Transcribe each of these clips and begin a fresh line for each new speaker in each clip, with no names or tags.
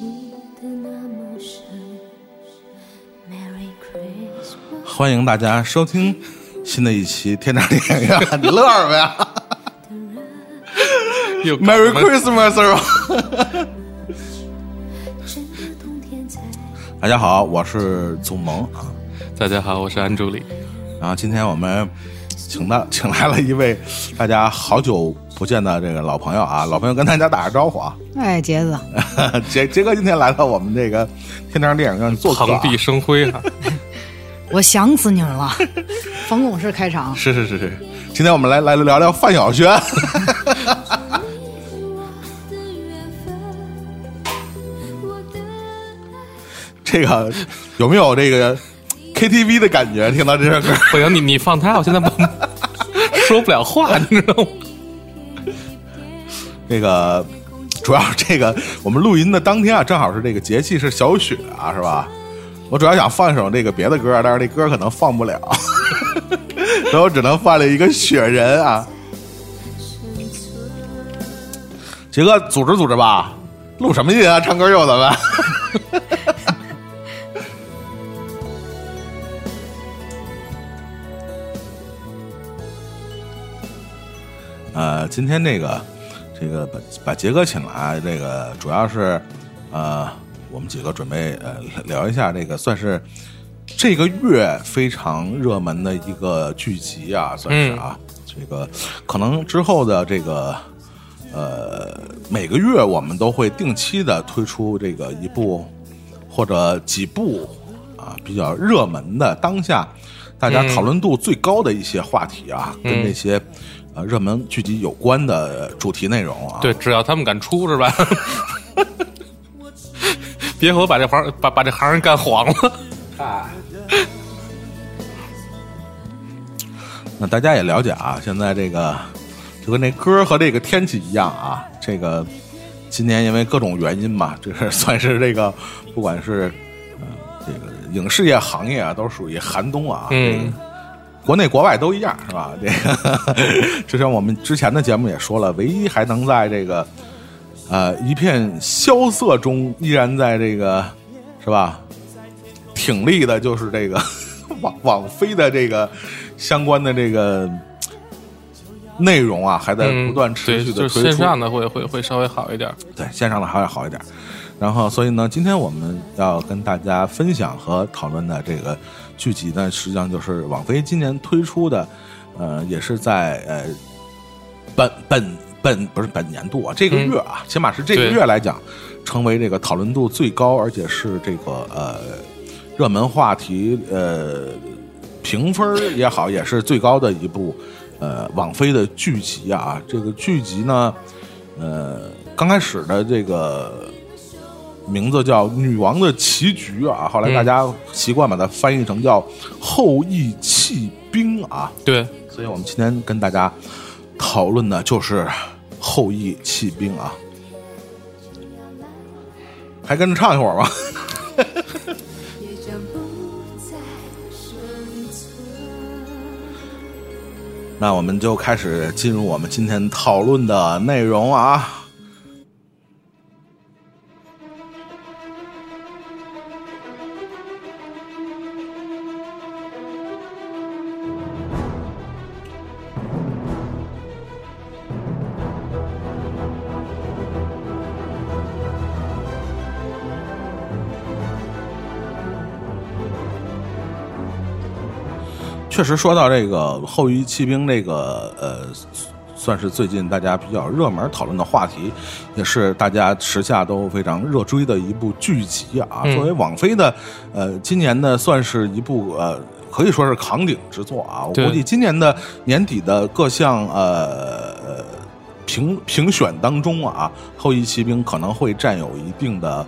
得那么深。Merry Christmas，
欢迎大家收听新的一期《天长地远》 呀，你乐什么呀
又搞
？Merry
什
Christmas
么
是吧？
真的冬天才
大家好，我是祖萌啊，
大家好，我是安助理。
然后今天我们请到 请来了一位大家好久不见的这个老朋友啊，老朋友跟大家打个招呼啊，
哎，杰子，
杰杰哥今天来到我们这个天长地远院做客、
蓬
啊，
荜生辉啊！
我想死你们了。 冯巩是开场，
是是是是，
今天我们来来聊聊范晓萱，
的缘分，我的爱
这个有没有这个 KTV 的感觉？听到这首歌，
不行，你你放他，我现在 不说不了话，你知道吗？
这个主要是这个我们录音的当天啊，正好是这个节气是小雪啊，是吧？我主要想放一首这个别的歌，但是这歌可能放不了， 所以我只能放了一个雪人啊。
生存。
杰哥，组织组织吧，录什么音啊？唱歌又怎么？ 呃，今天这个这个把把杰哥请来，这个主要是呃，我们几个准备呃聊一下这个算是这个月非常热门的一个剧集啊，算是啊，这个可能之后的这个呃每个月我们都会定期的推出这个一部或者几部啊比较热门的当下大家讨论度最高的一些话题啊，跟这些呃热门剧集有关的主题内容啊。
对，只要他们敢出，是吧？ 别和我把这行把把这行人干黄了。
那大家也了解啊，现在这个就跟那歌和这个天气一样啊，这个今年因为各种原因嘛， 这是算是这个不管是呃这个影视业行业啊，都属于寒冬啊，这
嗯
个国内国外都一样是吧？这个 就像我们之前的节目也说了，唯一还能在这个呃一片萧瑟中依然在这个是吧挺立的，就是这个 网网飞的这个相关的这个内容啊，还在
嗯，
不断持续
对
的
就是
推出。
线上的会会会稍微好一点。
对，线上的还要好一点。然后，所以呢，今天我们要跟大家分享和讨论的这个剧集呢，实际上就是网飞今年推出的，呃，也是在呃本本本不是本年度啊，这个月
嗯
啊，起码是这个
对
月来讲，成为这个讨论度最高，而且是这个呃热门话题呃评分儿也好，也是最高的一部呃网飞的剧集啊。这个剧集呢，呃，刚开始的这个名字叫《女王的棋局》啊，后来大家习惯把它翻译成叫《后羿弃兵》啊。
对，
所以我们今天跟大家讨论的就是《后羿弃兵》啊，还跟着唱一会儿吧。
也将不再生存。
那我们就开始进入我们今天讨论的内容啊。确实，说到这个《后羿弃兵》这个呃，算是最近大家比较热门讨论的话题，也是大家时下都非常热追的一部剧集啊。
嗯
作为网飞的呃，今年呢算是一部呃，可以说是扛鼎之作啊。我
对
估计今年的年底的各项呃评评选当中啊，《后羿弃兵》可能会占有一定的。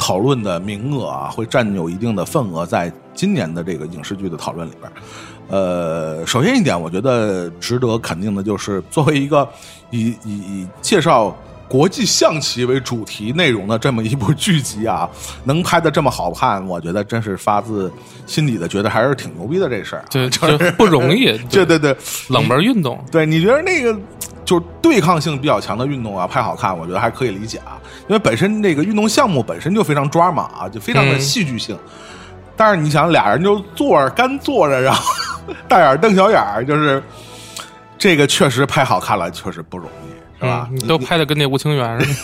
讨论的名额啊，会占有一定的份额在今年的这个影视剧的讨论里边儿。呃，首先一点，我觉得值得肯定的就是，作为一个以以以介绍国际象棋为主题内容的这么一部剧集啊，能拍的这么好看，我觉得真是发自心底的觉得还是挺牛逼的这事儿啊、
对，
就是
就不容易。
对对对
冷门运动，
对，你觉得那个就是对抗性比较强的运动啊，拍好看，我觉得还可以理解啊，因为本身那个运动项目本身就非常抓马啊，就非常的
嗯
戏剧性。但是你想，俩人就坐着干坐着，然后大眼瞪小眼儿，就是这个确实拍好看了，确实不容易，是吧？
嗯，都拍的跟那吴清 源似的。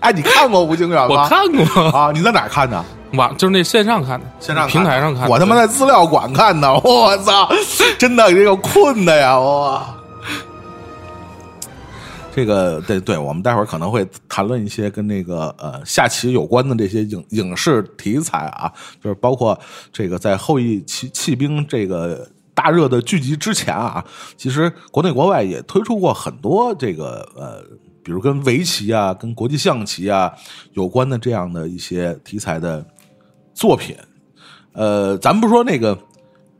哎，你看过吴京远吗？
我看过，
啊，你在哪儿看的？
网就是那线上看的，
线上看
平台上看的。
我他妈在资料馆看的， 我操，真的这个困的呀，我。这个对对，我们待会儿可能会谈论一些跟那个呃下棋有关的这些影影视题材啊，就是包括这个在《后羿骑骑兵》这个大热的剧集之前啊，其实国内国外也推出过很多这个呃，比如跟围棋啊、跟国际象棋啊有关的这样的一些题材的作品。呃，咱不说那个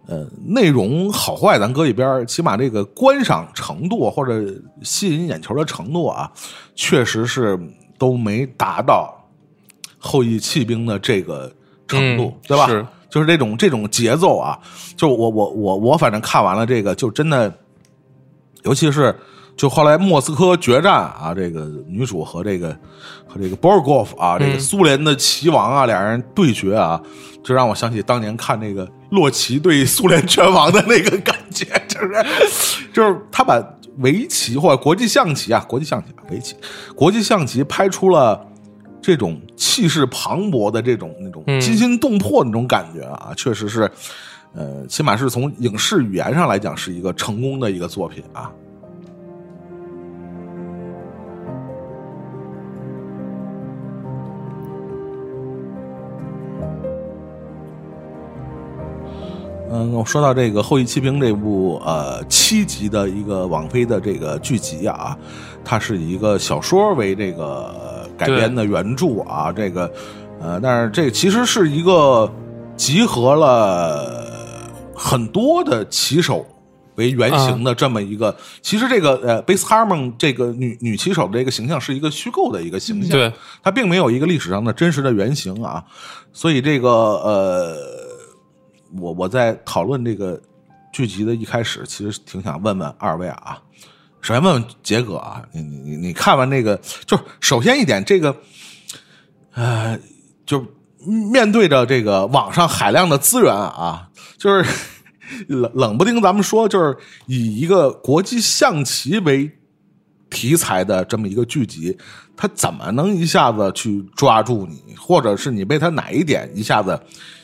呃内容好坏，咱搁一边儿，起码这个观赏程度或者吸引眼球的程度啊，确实是都没达到《后羿弃兵》的这个程度，
嗯
对吧？
是
就是这种这种节奏啊，就我我我我反正看完了这个，就真的，尤其是就后来莫斯科决战啊，这个女主和这个和这个博尔戈夫啊，这个苏联的棋王啊，俩人对决啊，这让我想起当年看那个洛奇对苏联拳王的那个感觉，就是就是他把围棋或者国际象棋啊，国际象棋啊，围棋，国际象棋拍出了。这种气势磅礴的这种那种
嗯
惊心动魄的那种感觉啊，确实是，呃，起码是从影视语言上来讲是一个成功的一个作品啊。嗯，我说到这个《后羿弃兵》这部呃七集的一个网飞的这个剧集啊，它是以一个小说为这个呃改编的原著啊，这个呃，但是这其实是一个集合了很多的棋手为原型的这么一个，其实这个呃贝斯哈蒙这个女女棋手的这个形象是一个虚构的一个形象，
对，
它并没有一个历史上的真实的原型啊，所以这个呃，我我在讨论这个剧集的一开始，其实挺想问问二位啊，首先问问杰哥啊，你你你你看完这个，就是首先一点，这个呃，就面对着这个网上海量的资源啊，就是 冷冷不丁咱们说，就是以一个国际象棋为题材的这么一个剧集，它怎么能一下子去抓住你，或者是你被它哪一点一下子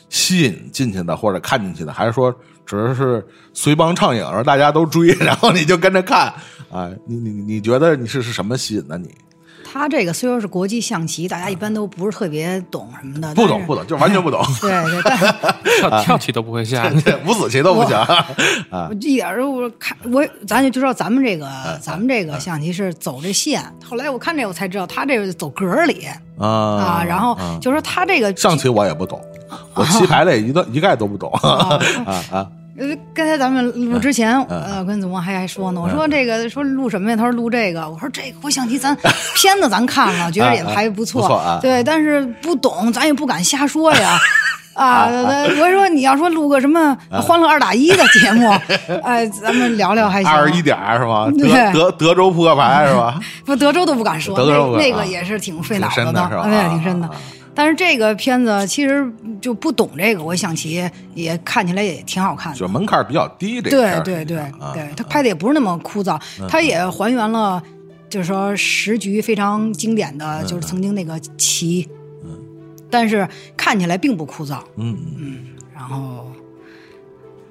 吸引进去的，或者看进去的，还是说只是随帮畅饮，而大家都追，然后你就跟着看啊？你你你你觉得你是是什么吸引的你？
他这个虽说是国际象棋，大家一般都不是特别懂什么的，
不
但
懂
是
不。懂，就完全不懂，
对对，但
啊
跳跳起都不会下。
五子棋都不 行。
我一点儿都不看我，咱就知道咱们这个
哎
咱们这个象棋是走这线。后来我看这个我才知道他这个走格儿里
啊
啊，然后
嗯
就说他这个
象棋我也不 懂，我棋牌类一个一概都不懂
哦
啊 啊！
呃，刚才咱们录之前，
嗯
呃，跟子墨还还说呢，我说这个说录什么呀？他说录这个，我说这国象棋咱 片子咱看了，觉得也
啊啊
还不
不错啊
对，但是不懂，咱也不敢瞎说 呀。啊，我说你要说录个什么
啊
《欢乐二打一》的节 目，哎，咱们聊聊还行。啊
二十一点儿是吧？德
对
德德州扑克牌是吧？
不，德州都不敢说，
德州不
那
敢
那
啊
个也是挺费脑
挺
子
深的是吧
对，
啊
挺深的
啊啊。
但是这个片子其实就不懂这个，我象棋也看起来也挺好看的，
就门槛比较低，这个片
对
儿
对对
啊嗯
对，他拍的也不是那么枯燥，他也还原了，就是说时局非常经典的，
嗯
就是曾经那个棋，但是看起来并不枯燥，
嗯嗯，
然后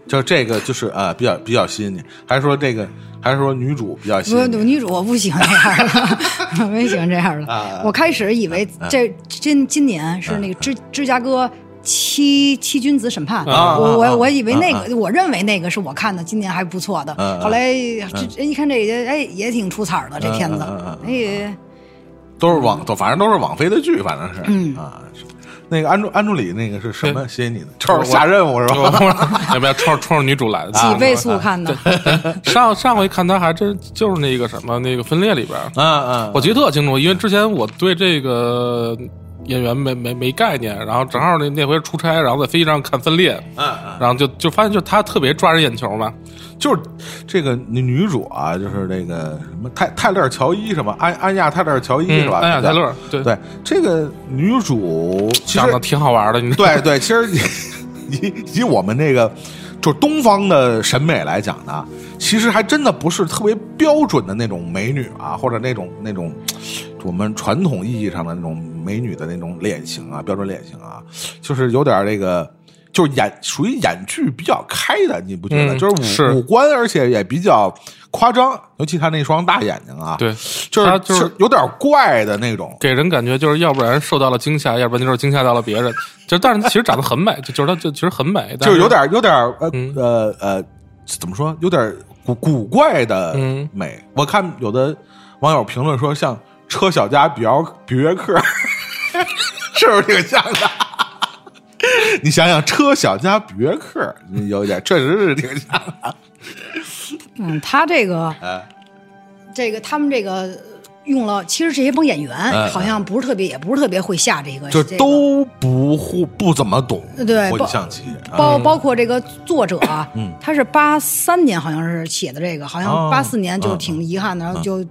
就这个就是啊，比较比较吸引你，还是说这个，还是说女主比较吸
我
引你？
女主我不喜欢这样的，我也喜欢这样
啊
的。我开始以为这今今年是那个芝芝加哥。七七君子审判，
啊
我
啊啊
我我以为那个，我认为那个是我看的今年还不错的
嗯嗯。
后来这一看这也哎也挺出彩儿的这片子
嗯嗯嗯，
哎
都是网，都反正都是网飞的剧，反正是、
嗯
啊。是那个安助安助理那个是什么吸引你的？
我
就是下任务是吧？ 啊
要不要冲着冲着女主来的？啊
几倍速看的，
上上回看他还真就是那个什么那个分裂里边儿，
嗯嗯，
我记得特清楚，因为之前我对这个演员没没没概念，然后正好那那回出差，然后在飞机上看分裂，
嗯，
然后就就发现就他特别抓人眼球嘛，
就是这个女女主啊，就是那个什么泰泰勒尔乔伊什么安安亚泰勒尔乔伊嗯是吧？
嗯安雅泰勒，
对
对，
对，这个女主其
长得
实
挺好玩的，你知道
对对，其实以以以我们这个就是东方的审美来讲呢，其实还真的不是特别标准的那种美女啊，或者那种那种我们传统意义上的那种美女的那种脸型啊，标准脸型啊，就是有点这个。就是眼属于眼距比较开的，你不觉得？
嗯
就是五
是
五官，而且也比较夸张，尤其她那双大眼睛啊，
对
就是
她就是
有点怪的那种。
给人感觉就是要不然受到了惊吓，要不然就是惊吓到了别人。就但是其实长得很美，就就是她就其实很美，但
就是有点有点呃、
嗯
呃呃，怎么说？有点古古怪的
嗯
美。我看有的网友评论说，像车小佳比奥比约克， 是不是挺像的？ 你想想，车小佳比约克，有一点确实是挺像的。
嗯，他这个
哎，
这个他们这个用了，其实这些帮演员
哎
好像不是特别，也不哎是特别会下这个，
就
这个呃
都不互不怎么懂
对
国际
包
象棋啊，嗯
包包括这个作者啊，他是八三年好像是写的这个，好
哦
像八四年就
嗯
挺遗憾的，然后就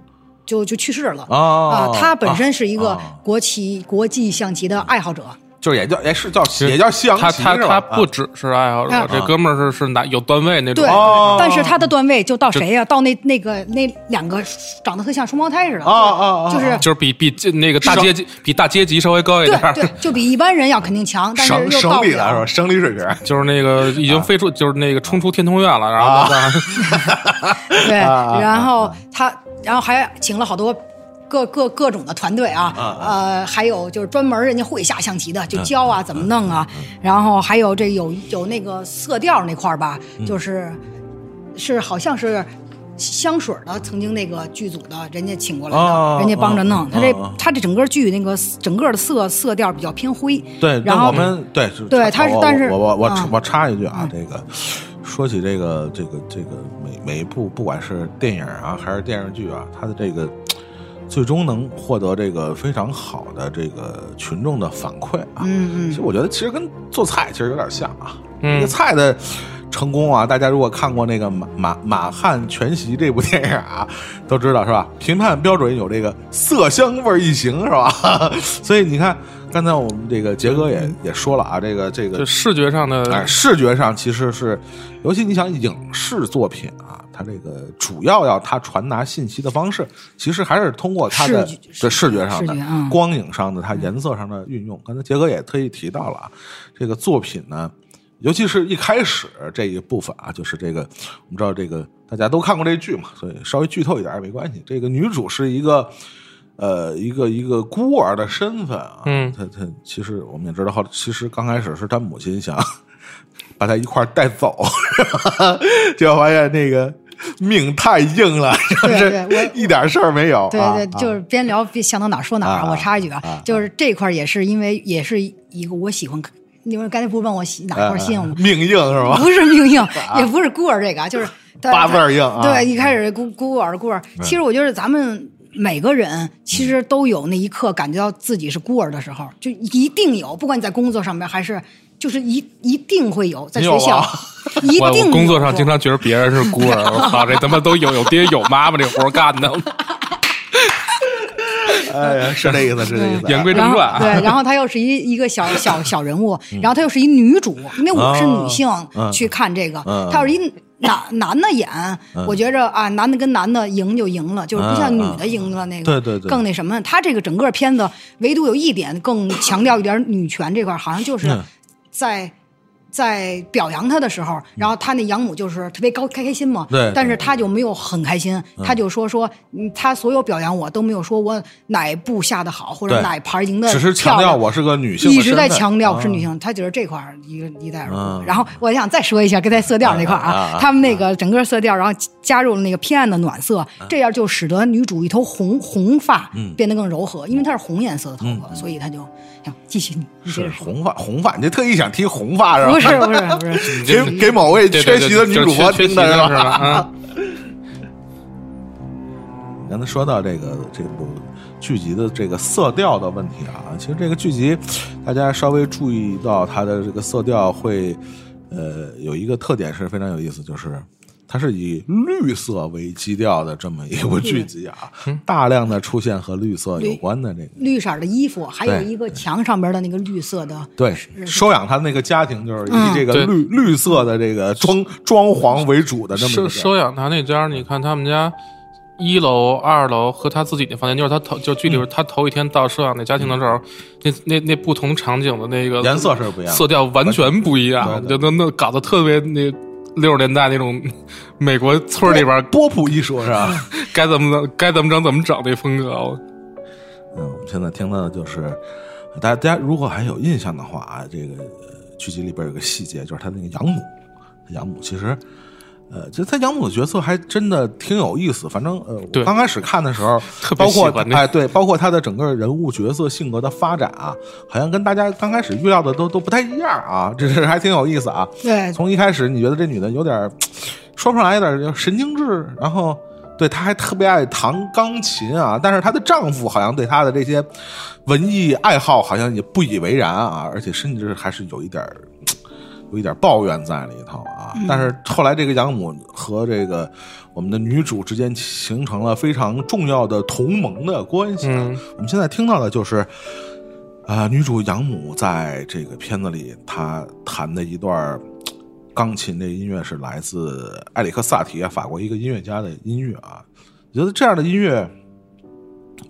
就就去世了
哦
啊。他本身是一
啊
个
啊
国棋国际象棋的爱好者，
就是也叫也是叫
是
也叫西洋
他
棋
他
是
他
吧啊
不只是爱好者
啊，
这哥们儿是是拿有段位那种
对，，
哦
但是他的段位就到谁呀？到那那个那两个长得特像双胞胎似的
啊啊啊啊
就是
就是比比这那个大阶级比大阶级稍微高一点
对
儿，
对，就比一般人要肯定强，但是
省
又到
省
不
里来说，。
了
省里水平。
就是那个已
啊
经飞出，就是那个冲出天通苑了，然后 在
对，
啊
然后他，然后还请了好多各各各种的团队啊，呃，还有就是专门人家会下象棋的，
嗯
就教啊怎么弄啊，然后还有这有有那个色调那块儿吧，就是是好像是。香水儿的曾经那个剧组的人家请过来
哦
的，人家帮着弄
哦。
他这
哦哦
他这整个剧那个整个的色色调比较偏灰，
对，
然
那
后
我们对是
对
插
他是
我
但是
我我我
啊
我插一句啊，这个说起这个这个这个每每一部不管是电影啊还是电视剧啊，它的这个最终能获得这个非常好的这个群众的反馈啊，
嗯
其
嗯
实我觉得其实跟做菜其实有点像啊，
嗯
那个菜的。成功啊！大家如果看过那个马马马汉全席这部电影啊，都知道是吧？评判标准有这个色香味一行是吧？ 所以你看，刚才我们这个杰哥也也说了啊，这个这
嗯就
个
视觉上
哎，
的
视觉上其实是，尤其你想影视作品啊，它这个主要要它传达信息的方式，其实还是通过它的
视觉
对视觉上的
视觉嗯
光影上的它颜色上的运用。刚才杰哥也特意提到了啊，这个作品呢，尤其是一开始这一部分啊，就是这个我们知道这个大家都看过这剧嘛，所以稍微剧透一点也没关系。这个女主是一个。呃，一个一个孤儿的身份啊，
嗯
她她其实我们也知道，后其实刚开始是她母亲想把他一块儿带走， 结果发现那个命太硬了，就是
对对我
一点事儿没有。
对
啊
对，就是边聊边想到哪儿说哪儿
啊
啊。我插一句
啊
啊，就是这块儿也是因为也是一个我喜欢，你们刚才不是问我喜哪块儿吸引我
啊
吗？
命硬是吧？
不是命硬，也不是孤儿这个啊，就是 他
八字儿硬啊嗯
对，一开始孤孤儿孤儿，其实我觉得咱们。每个人其实都有那一刻感觉到自己是孤儿的时候，就一定有，不管你在工作上面还是，就是一一定会有，在
你
学
有
校
啊
一
我
定
我工作
有
上经常觉得别人是孤儿，我操，这他妈都有有爹有妈妈这活儿干 的。
嗯
哎呀，是这意思，是这意思。
言归
然
正
后
传啊，
对，然后她又是一一个小小小人物，然后她又是一女主，因为我是女性
嗯
去看这个
嗯，
她要是一男男的演，我觉着啊，男的跟男的赢就赢了，就是不像
嗯
女
嗯
的赢了那个，
对对对
更那什么。她这个整个片子，唯独有一点更强调一点女权这块儿，好像就是
嗯
在。在表扬她的时候，然后她那养母就是特别高开开心嘛，
对对
但是她就没有很开心，她就说说，嗯她所有表扬我都没有说我哪步下的好或者
对
哪盘赢的，
只是强调我是个女性的身份，
一直在强调我是女
啊。
性，他觉得这块儿一个一带而
嗯
过。然后我想再说一下，跟在色调那块儿
啊啊啊
啊，他们那个整个色调，然后加入了那个偏暗的暖色，
嗯
这样就使得女主一头红红发变得更柔和，因为她是红颜色的头发，所以她就想继续你接
嗯是
着说。
红发，红发，你这特意想提红发是吧？
不是不是不是，
给给某位
对
缺
对
席
对
的女主播听的
就是缺席的是 吧？嗯，
刚才说到这个这部剧集的这个色调的问题啊。其实这个剧集，大家稍微注意到它的这个色调会，呃，有一个特点是非常有意思，就是。它是以绿色为基调的这么一部剧集啊，大量的出现和绿色有关的这个，
绿色的衣服，还有
对
一个墙上边的那个绿色的，
对，收养他那个家庭就是以
嗯
这个
对
绿绿色的这个装装潢为主的这么一
收
个
收养他那家，你看他们家一楼、二楼和他自己的房间，就是他头就剧
嗯
里边他头一天到收养那家庭的时候，那那那不同场景的那个
颜色是不一样的，
色调完全不一样，
对
就那那搞得特别那六十年代那种美国村里边
波普一说是吧？
该怎么该怎么整怎么整那风格，哦我
嗯，我们现在听到的就是，呃大家大家如果还有印象的话啊，这个呃剧集里边有个细节，就是他那个养母，养母其实。呃，就他养母的角色还真的挺有意思，反正呃，我
对
刚开始看的时候，
特别
包括
喜欢那
哎对，包括他的整个人物角色性格的发展啊，好像跟大家刚开始预料的都都不太一样啊，这是还挺有意思啊。
对，
从一开始你觉得这女的有点儿说不上来，有点儿神经质，然后对她还特别爱弹钢琴啊，但是她的丈夫好像对她的这些文艺爱好好像也不以为然啊，而且甚至还是有一点儿有一点儿抱怨在里头啊。但是后来这个养母和这个我们的女主之间形成了非常重要的同盟的关系啊。
嗯
我们现在听到的就是。啊、女主养母在这个片子里，她弹的一段儿钢琴的音乐是来自埃里克萨提啊，法国一个音乐家的音乐啊。我觉得这样的音乐，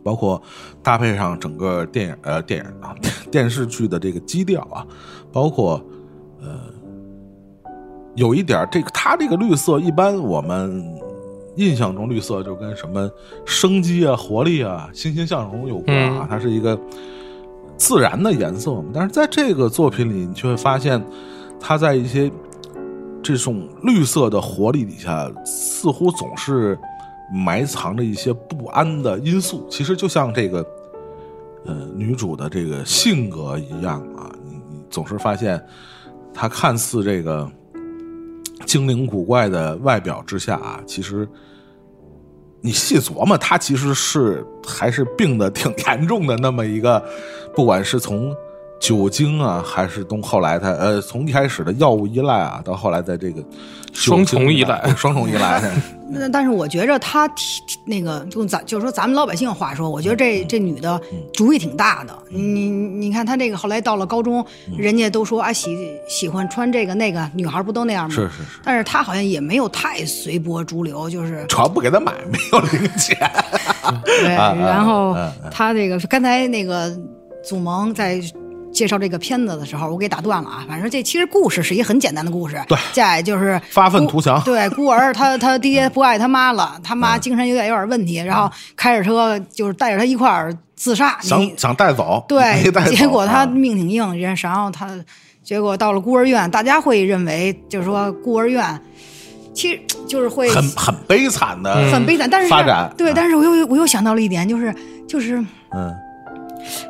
包括搭配上整个电影呃电影啊电视剧的这个基调啊，包括呃有一点儿这个它这个绿色，一般我们印象中绿色就跟什么生机啊、活力啊、欣欣向荣有关啊，
嗯
它是一个自然的颜色嘛。但是在这个作品里，你却会发现它在一些这种绿色的活力底下，似乎总是埋藏着一些不安的因素。其实就像这个，呃，女主的这个性格一样啊，你你总是发现她看似这个精灵古怪的外表之下啊，其实。你细琢磨，她其实是还是病的挺严重的那么一个，不管是从酒精啊，还是从后来她呃从一开始的药物依赖啊，到后来在这个
双重
酒精
依赖
对 双重依赖，
那但是我觉着她挺那个用咱就是说咱们老百姓话说，我觉得
嗯
这这女的主意挺大的。你你看她这个后来到了高中，人家都说啊喜喜欢穿这个那个，女孩不都那样吗？
是是是，
但是她好像也没有太随波逐流，就是
主要不给他买，没有零钱。
对，然后
啊
他这个刚才那个祖萌在介绍这个片子的时候，我给打断了啊。反正这其实故事是一个很简单的故事，对，再就是
发愤
孤
图强
对，孤儿他他爹不爱他 妈了，他妈精神有点有点问题，然后开着车就是带着他一块儿自杀，你
嗯想想带走，
对
没带，走
结果他
啊
命挺硬，然然后他，结果到了孤儿院，大家会认为就是说孤儿院，其实就是会
很很悲惨的，
很悲惨，但是
嗯发展
对，
啊
但是我又我又想到了一点，就是就是
嗯，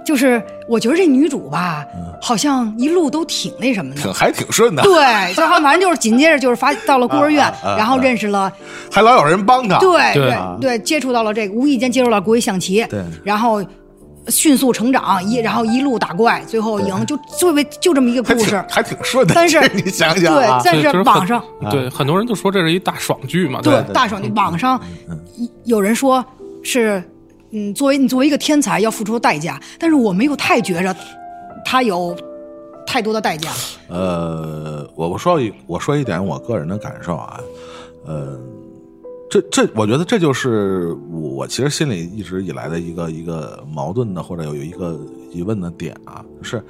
就是，我觉得这女主吧，好像一路都挺那什么
嗯挺
的。
还挺顺的，
对，就好，反正就是紧接着就是发到了孤儿院
啊啊啊，
然后认识了，
还老有人帮他，
对
对
对对，接触到了这个，无意间接触到国际象棋，
对
然后迅速成长，一然后一路打怪，最后赢，就就为就这么一个
还
故
挺
事。
还挺顺的。
但是
你想想
对
啊，，
但
对
是
就是很
网上
对很多人就说这是一大爽剧嘛，
对
吧
大爽，网上
嗯
有人说是，嗯，作为你作为一个天才要付出代价，但是我没有太觉着他有太多的代价。
呃，我我说一我说一点我个人的感受啊，呃，这这我觉得这就是我我其实心里一直以来的一个一个矛盾的或者有有一个疑问的点啊，是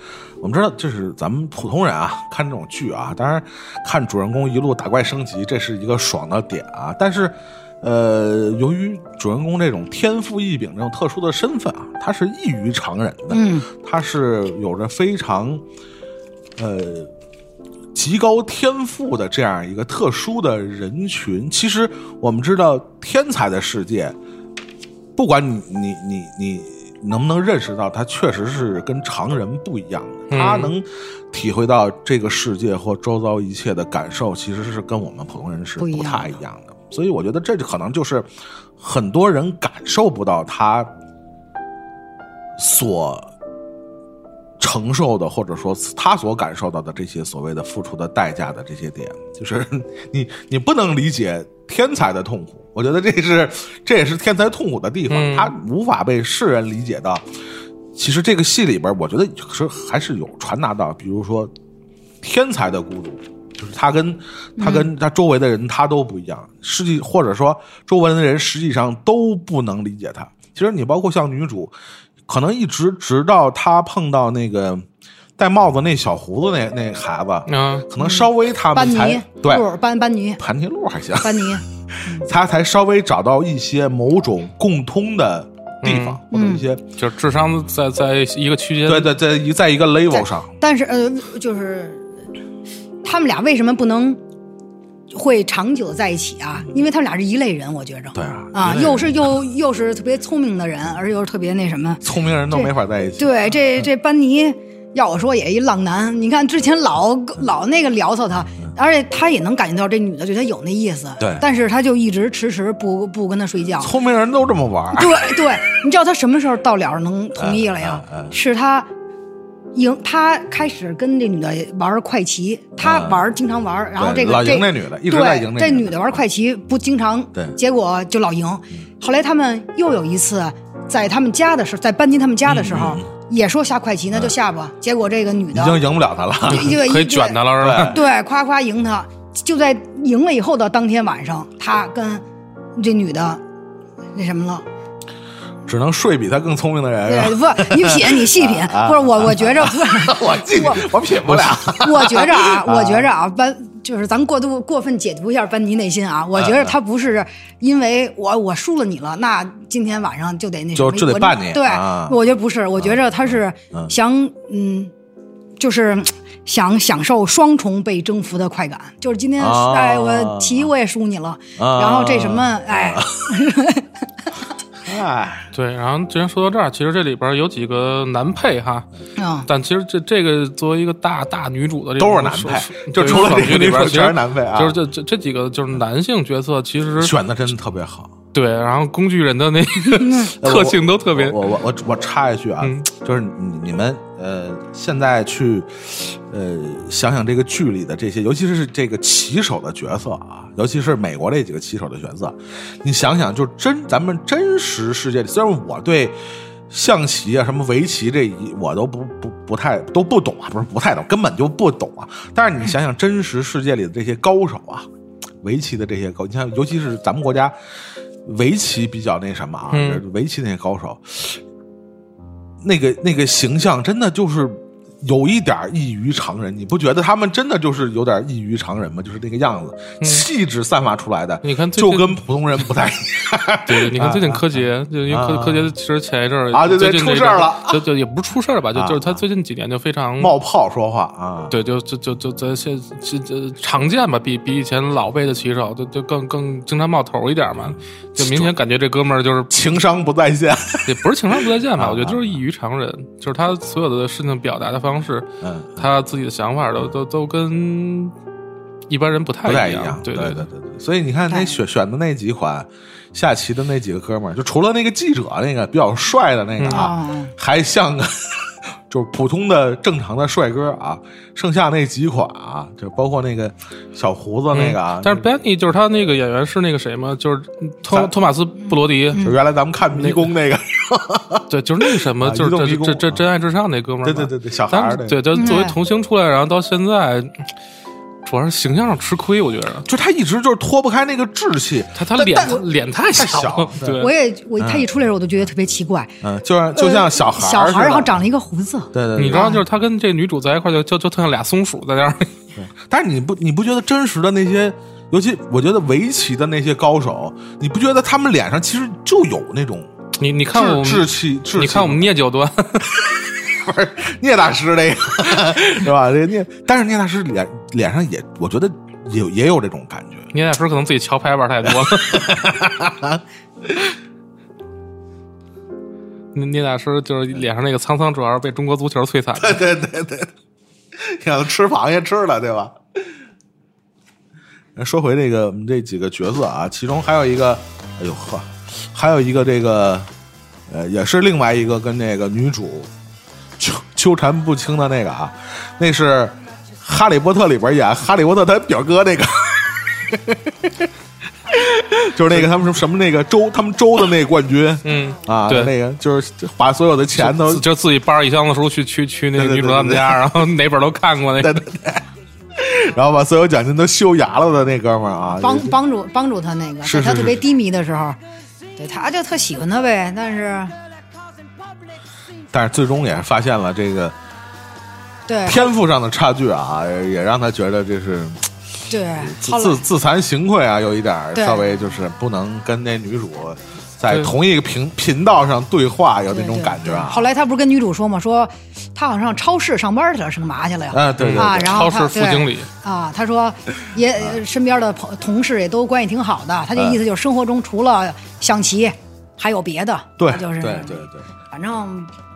我们知道这是咱们普通人啊看这种剧啊，当然看主人公一路打怪升级，这是一个爽的点啊，但是。呃，由于主人公这种天赋异禀、这种特殊的身份啊，他是异于常人的，
嗯
他是有着非常呃极高天赋的这样一个特殊的人群。其实我们知道，天才的世界，不管你你你你能不能认识到，他确实是跟常人不一样的，
嗯
他能体会到这个世界或周遭一切的感受，其实是跟我们普通人是
不一
不
样的
太一样的。所以我觉得这可能就是很多人感受不到他所承受的，或者说他所感受到的这些所谓的付出的代价的这些点，就是你你不能理解天才的痛苦。我觉得这是这也是天才痛苦的地方，
嗯
他无法被世人理解到。其实这个戏里边，我觉得是还是有传达到，比如说天才的孤独，就是他跟
嗯
他跟他周围的人他都不一样，实际或者说周围的人实际上都不能理解他。其实你包括像女主，可能一直直到她碰到那个戴帽子那小胡子那那孩子，
啊，
可能稍微他
班
们
尼
才，对
鹿班班尼，
盘尼路还行，
班尼，
他才稍微找到一些某种共通的地方、或者一些、
就是智商在在一个区间，
对对对一在一个 level 上，
但是呃，就是他们俩为什么不能会长久在一起啊？因为他们俩是一类人，我觉着。
对啊
啊，
一类人嗯
又是又又是特别聪明的人，而又是特别那什么。
聪明人都没法在一起。
对，这这班尼，要我说也一浪男。你看之前老老那个聊骚他，而且他也能感觉到这女的对他有那意思。
嗯对
但是他就一直迟迟不不跟他睡觉。
聪明人都这么 玩儿，
对对，你知道他什么时候到了能同意了呀？
嗯嗯嗯
是他赢，他开始跟这女的玩快骑，他玩、经常玩，然后
嗯对
这个
老赢
这
那女的一直在赢
对
那
这
女
女的玩快骑不经常，
对嗯
结果就老赢。后来他们又有一次在他们家的时候，在班尼他们家的时候，
嗯
也说下快骑，那就下吧。结果这个女
已经
的
赢不了他了。
对对
可以卷他了是吧？
对，夸夸赢他，就在赢了以后的当天晚上，他跟这女的那什么了。
只能睡比他更聪明的人。啊是吧
对，不，你品，你细
啊
品，不是我，我觉着，不 是
我记我我品不了。
我觉着啊，我觉着啊，班就是咱过度过分解读一下班尼内心
哎
啊，我觉着他不是因为我我输了你了，那今天晚上就得那什么
就就得
我
办你
对
啊，
我觉得不是，我觉着他是想嗯，就是。想享受双重被征服的快感，就是今天，
啊
哎，我题我也输你了，
啊
然后这什么，哎，
哎，
对，然后既然说到这儿，其实这里边有几个男配哈，
嗯，
啊
但其实这这个作为一个大大女主的这种
都是男配
手
就
对
除了
手
这个
剧里
女
边
主
其实
全是男配啊
就是这这这几个就是男性角色，其实
选的真的特别好，
对，然后工具人的那个特性都特别
呃我我我我插一句啊，
嗯
就是你你们呃，现在去呃想想这个剧里的这些，尤其是这个骑手的角色啊，尤其是美国这几个骑手的角色，你想想，就真咱们真实世界里，虽然我对。象棋啊，什么围棋这一我都不不不太都不懂啊，不是不太懂，根本就不懂啊。但是你想想，真实世界里的这些高手啊，围棋的这些高，你像尤其是咱们国家围棋比较那什么啊，
嗯
围棋那些高手，那个那个形象真的就是有一点异于常人，你不觉得他们真的就是有点异于常人吗？就是那个样子，气质散发出来的，
你嗯看最
就
近
跟普通人不 太一样。
对，你看最近柯洁，就因为柯
啊
柯洁其实前一阵儿
啊对对
最近
出
这一
事儿
阵
了
就就也不是出事儿吧，就
啊
就是他最近几年就非常
冒泡说话啊，
嗯对，就就就就在现这这常见吧，比比以前老辈的骑手就就更更经常冒头一点嘛，就明显感觉这哥们儿就是
情商不在线。
也不是情商不在线吧，
啊
我觉得就是异于常人，就是他所有的事情表达的方式，
嗯，
他自己的想法都都都跟一般人不太
不太一
样，
对
对
对对对。所以你看，那选选的那几款下棋的那几个哥们儿，就除了那个记者那个比较帅的那个啊，
嗯
还像个 就是普通的正常的帅哥啊，剩下那几款啊，就包括那个小胡子那个啊
嗯，但是 Benny 就是他那个演员是那个谁嘛，就是托
咱嗯
托马斯布罗迪，
嗯
就原来咱们看迷宫那个，
对，就是那个什么，
啊
就是
移动迷
这
宫
这这真爱至上那哥们儿嘛，
对对对对，小孩
但
儿
是
那个，
对，就作为
嗯
童星出来，然后到现在，主要是形象上吃亏，我觉得
就他一直就是脱不开那个志气，
他他
但
脸
但
脸太
小
了
了，
对，
我也我他一出来的时候我都觉得特别奇怪，
嗯，就像嗯就像小孩
呃小
儿似
孩
的，
儿然后长了一个胡子，
对对
你
对
知。道，就是他跟这女主在一块儿就就就特像俩松鼠在那儿，
但是你不你不觉得真实的那些，尤其我觉得围棋的那些高手，你不觉得他们脸上其实就有那种
你你看我
志志
们，
气志气？
你看我们聂九端，
不是聂大师那个 是吧？这个聂，但是聂大师脸脸上也，我觉得也有也有这种感觉。
聂大师可能自己桥牌玩太多了。聂聂大师就是脸上那个沧桑，主要是被中国足球摧残的。
对对对，想吃螃蟹吃了，对吧？说回这个我们这几个角色啊，其中还有一个，哎呦呵，还有一个这个呃，也是另外一个跟那个女主纠纠缠不清的那个啊，那是《哈利波特》里边演哈利波特他表哥那个， 就是那个他们什么什么那个州他们州的那个冠军，
嗯
啊，
对
那个就是把所有的钱都
自就自己扒着一箱子书去去去那个
对对
女主他们
对对
家，然后哪本都看过那
对
个。
对对，然后把所有奖金都修牙了的那哥们儿啊，
帮
就是
帮助帮助他那个，
是
在他
是
特别
是
低迷的时候，对，他啊就特喜欢他呗。但是，
但是最终也是发现了这个
对
天赋上的差距啊，也也让他觉得这是
对，
自
后
自
来
自惭形愧啊，有一点儿
对
稍微就是不能跟那女主在
对
同一个频频道上对话，有那
对
种
对
感觉
对
啊
后。来他不是跟女主说吗？说他好像上超市上班去了，是干嘛去了呀？
啊，对对
啊
对，
然
超
后他
市副
对
经理，
啊，他说也呃身边的朋同事也都关系挺好的，他就
嗯
意思就是生活中除了象棋，还有别的，
对
他就
对
是
对对对，
反正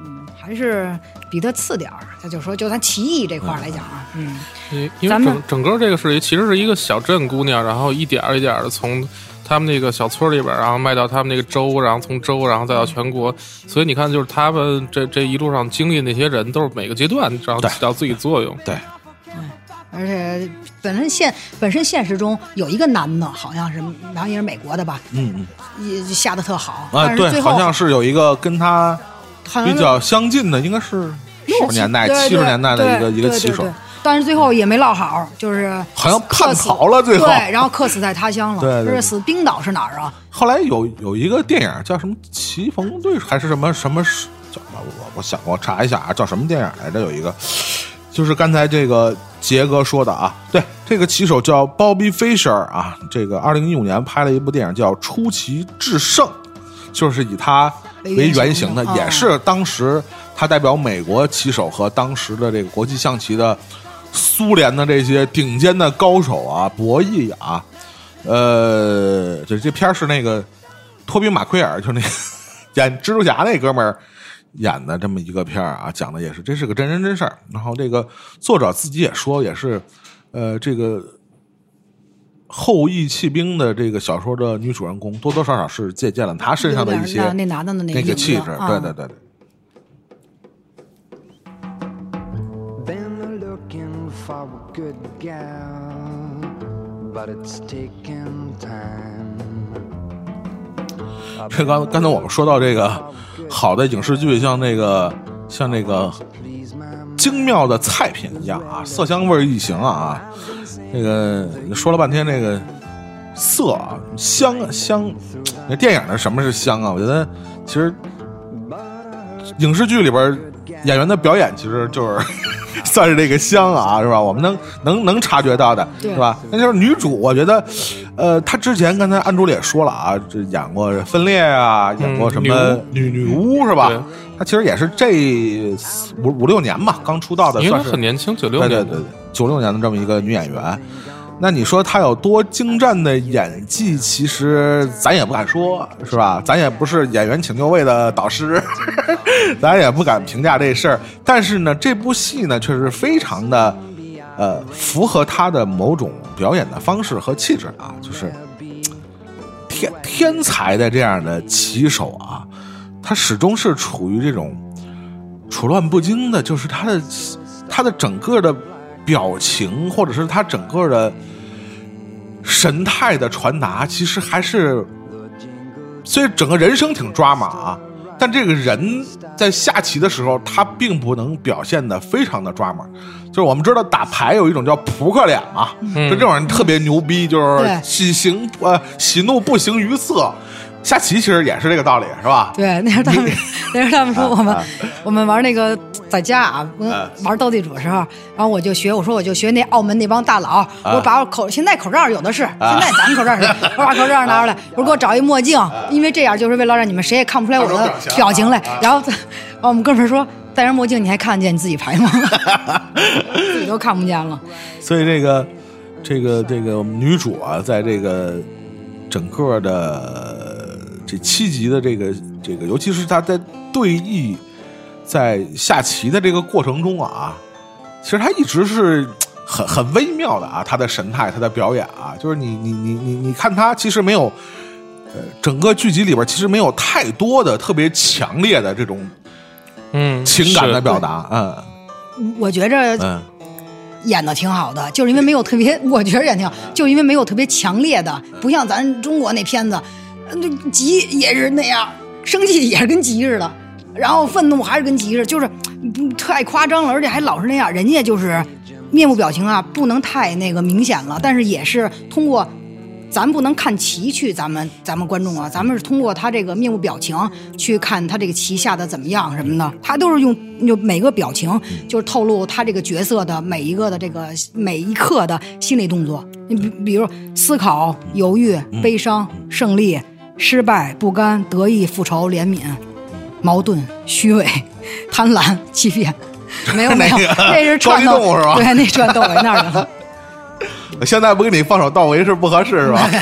嗯还是比他次点儿。他就说，就咱棋艺这块儿来讲啊，嗯，
因因为
咱们
整整个这个是一其实是一个小镇姑娘，然后一点儿一点的从他们那个小村里边儿，然后卖到他们那个州，然后从州，然后再到全国。所以你看，就是他们这这一路上经历那些人，都是每个阶段然后
对
起到自己作用。
对
而且本身现本身现实中有一个男的，好像是好像也是美国的吧，
嗯
也下的特好，
嗯啊，
但是
对
最，后
好像是有一个跟他
好像
比
是
较相近的，应该是六十年代、
对
七十
对
年代的一个
对
一个
对
棋
对
手
对，但是最后也没落好，就是
好像叛
客死
逃了最后
对，然后客死在他乡了，
对对对
就是死冰岛是哪儿啊？
后来有有一个电影叫什么《棋逢对手》还是什么什么叫什么？我我想我查一下啊，叫什么电影来着？有一个，就是刚才这个杰哥说的啊，对，这个棋手叫 Bobby Fischer 啊，这个二零一五年拍了一部电影叫《出奇制胜》，就是以他为原型的
为原型的，
哎也是当时他代表美国棋手和当时的这个国际象棋的苏联的这些顶尖的高手啊，博弈啊。呃，这这片儿是那个托比马奎尔，就是那个 演蜘蛛侠那哥们儿演的这么一个片儿啊，讲的也是这是个真人真事儿。然后这个作者自己也说，也是呃这个后羿弃兵的这个小说的女主人公，多多少少是借鉴了她身上的一些
有点儿那那男的的
那
那
个
影子
气质，
啊
对对对对。
Been looking for a good gal, but it's taking time.
这刚刚才我们说到这个好的影视剧，像那个像那个
Please, my
精妙的菜品一样啊，色香味儿一行啊。那个你说了半天，那个色啊香啊香，那电影的什么是香啊？我觉得其实影视剧里边演员的表演其实就是 算是这个香啊，是吧？我们能能能察觉到的，
对
是吧？那就是女主，我觉得，呃，她之前刚才安主也说了啊，这演过《分裂》啊，演过什么
嗯
女女巫是吧
对？
她其实也是这四五五六年吧，刚出道的，
因为
算
她
是
很年轻，九啊六
对
年
对对，九六年的这么一个女演员。那你说她有多精湛的演技，其实咱也不敢说，是吧？咱也不是演员请就位的导师， 咱也不敢评价这事儿。但是呢，这部戏呢，确实非常的，呃，符合她的某种表演的方式和气质啊，就是天天才的这样的棋手啊，他始终是处于这种处乱不惊的，就是他的他的整个的表情，或者是他整个的神态的传达，其实还是，所以整个人生挺抓马啊。但这个人在下棋的时候，他并不能表现的非常的抓马，就是我们知道打牌有一种叫扑克脸嘛，就这种人特别牛逼，就是
对
喜形呃喜怒不形于色。下棋其实也是这个道理，是吧？
对，那是他们，那是他们说我们、
啊
我们玩那个在家啊，我
啊
玩斗地主的时候，然后我就学，我说我就学那澳门那帮大佬，
啊
我把我口现在口罩有的是，现在咱们口 罩是，我把口罩拿出
啊
来，我说给我找一墨镜，因为这样就是为了让你们谁也看不出来我
各种
的
表情啊
表情来。
啊
然后，然后我们哥们儿说戴上墨镜你还看得见你自己牌 吗？自己都看不见了。
所以这个这个这个我们女主啊，在这个整个的这七集的这个这个，尤其是她在对弈、在下棋的这个过程中啊，其实她一直是很很微妙的啊，她的神态、她的表演啊，就是你你你你你看她其实没有呃，整个剧集里边其实没有太多的特别强烈的这种
嗯，
情感的
是
表达，嗯
我觉着
嗯
演的挺好的，就是因为没有特别， 我觉得演得挺好，就因为没有特别强烈的，不像咱中国那片子，呃那急也是那样，生气也是跟急似的，然后愤怒还是跟急似的，就是不太夸张了，而且还老是那样。人家就是面部表情啊，不能太那个明显了，但是也是通过。咱不能看棋去，咱们咱们观众啊，咱们是通过他这个面部表情去看他这个棋下的怎么样什么的，他都是用用每个表情就是透露他这个角色的每一个的这个每一刻的心理动作。你比比如思考、犹豫、悲伤、胜利、失败、不甘、得意、复仇、怜悯、矛盾、虚伪、贪婪、欺骗。 没有没 有，那是
抓鸡
串到
动物是吧
对，那串窦唯那儿去了。
现在不给你放手到为是不合适是吧？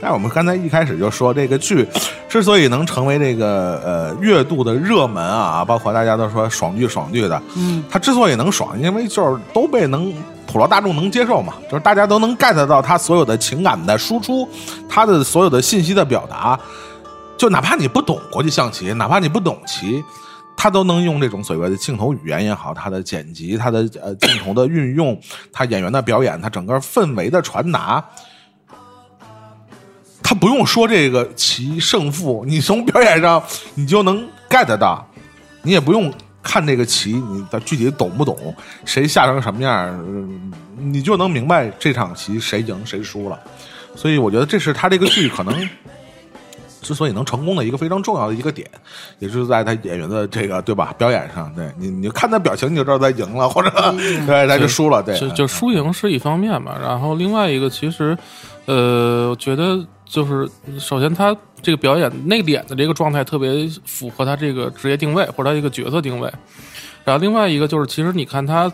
但是我们刚才一开始就说，这个剧之所以能成为这个呃月度的热门啊，包括大家都说爽剧爽剧的，嗯，它之所以能爽，因为就是都被能普罗大众能接受嘛，就是大家都能 get 到它所有的情感的输出，它的所有的信息的表达，就哪怕你不懂国际象棋，哪怕你不懂棋，他都能用这种所谓的镜头语言也好，他的剪辑、他的呃镜头的运用、他演员的表演、他整个氛围的传达，他不用说这个棋胜负，你从表演上你就能 get 到，你也不用看这个棋，你的具体懂不懂，谁下成什么样，呃你就能明白这场棋谁赢谁输了。所以我觉得这是他这个剧可能。 之所以能成功的一个非常重要的一个点，也就是在他演员的这个对吧表演上，对你你看他表情你就知道他赢了，或者对他就输了，对嗯
就就输赢是一方面吧，然后另外一个其实，呃，我觉得就是首先他这个表演内敛的这个状态特别符合他这个职业定位或者他一个角色定位，然后另外一个就是其实你看他。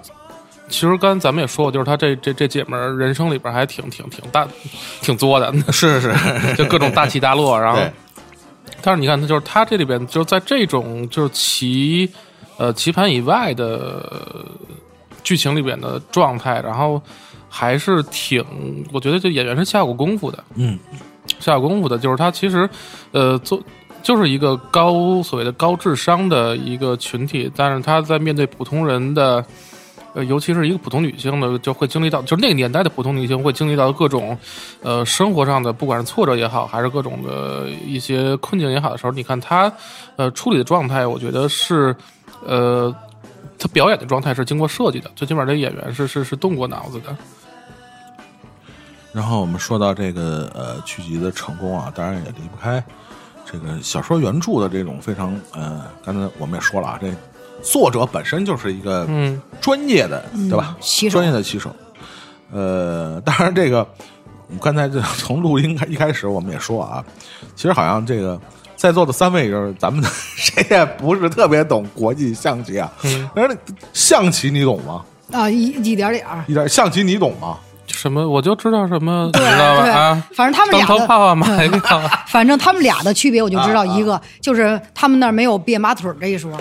其实刚才咱们也说过，就是他这这这姐们儿人生里边还挺挺挺大，挺作的，
是是，
就各种大起大落，然后
对
但是你看，他就是他这里边就是在这种就是棋呃棋盘以外的呃剧情里边的状态，然后还是挺，我觉得这演员是下过功夫的，
嗯，
下过功夫的，就是他其实呃做。就是一个高所谓的高智商的一个群体，但是他在面对普通人的，呃，尤其是一个普通女性呢，就会经历到，就是那个年代的普通女性会经历到各种，呃，生活上的不管是挫折也好，还是各种的一些困境也好的时候，你看她，呃，处理的状态，我觉得是，呃，她表演的状态是经过设计的，最起码这演员是是是动过脑子的，
然后我们说到这个呃剧集的成功啊，当然也离不开这个小说原著的这种非常呃，刚才我们也说了啊，这作者本身就是一个
嗯
专业的、对吧？
嗯棋手
专业的棋手。呃，当然这个我们刚才就从录音开一开始我们也说啊，其实好像这个在座的 三位就是咱们谁也不是特别懂国际象棋啊。
嗯，
但是象棋你懂吗？
啊，一一点点儿。
一点象棋你懂吗？
什么我就知道什么，你
对
知道吧？
对
啊，
反正他们
当
俩
头
的
炮啊，马一炮啊，
反正他们俩的区别我就知道
啊啊
一个，就是他们那儿没有别马腿儿这 一说，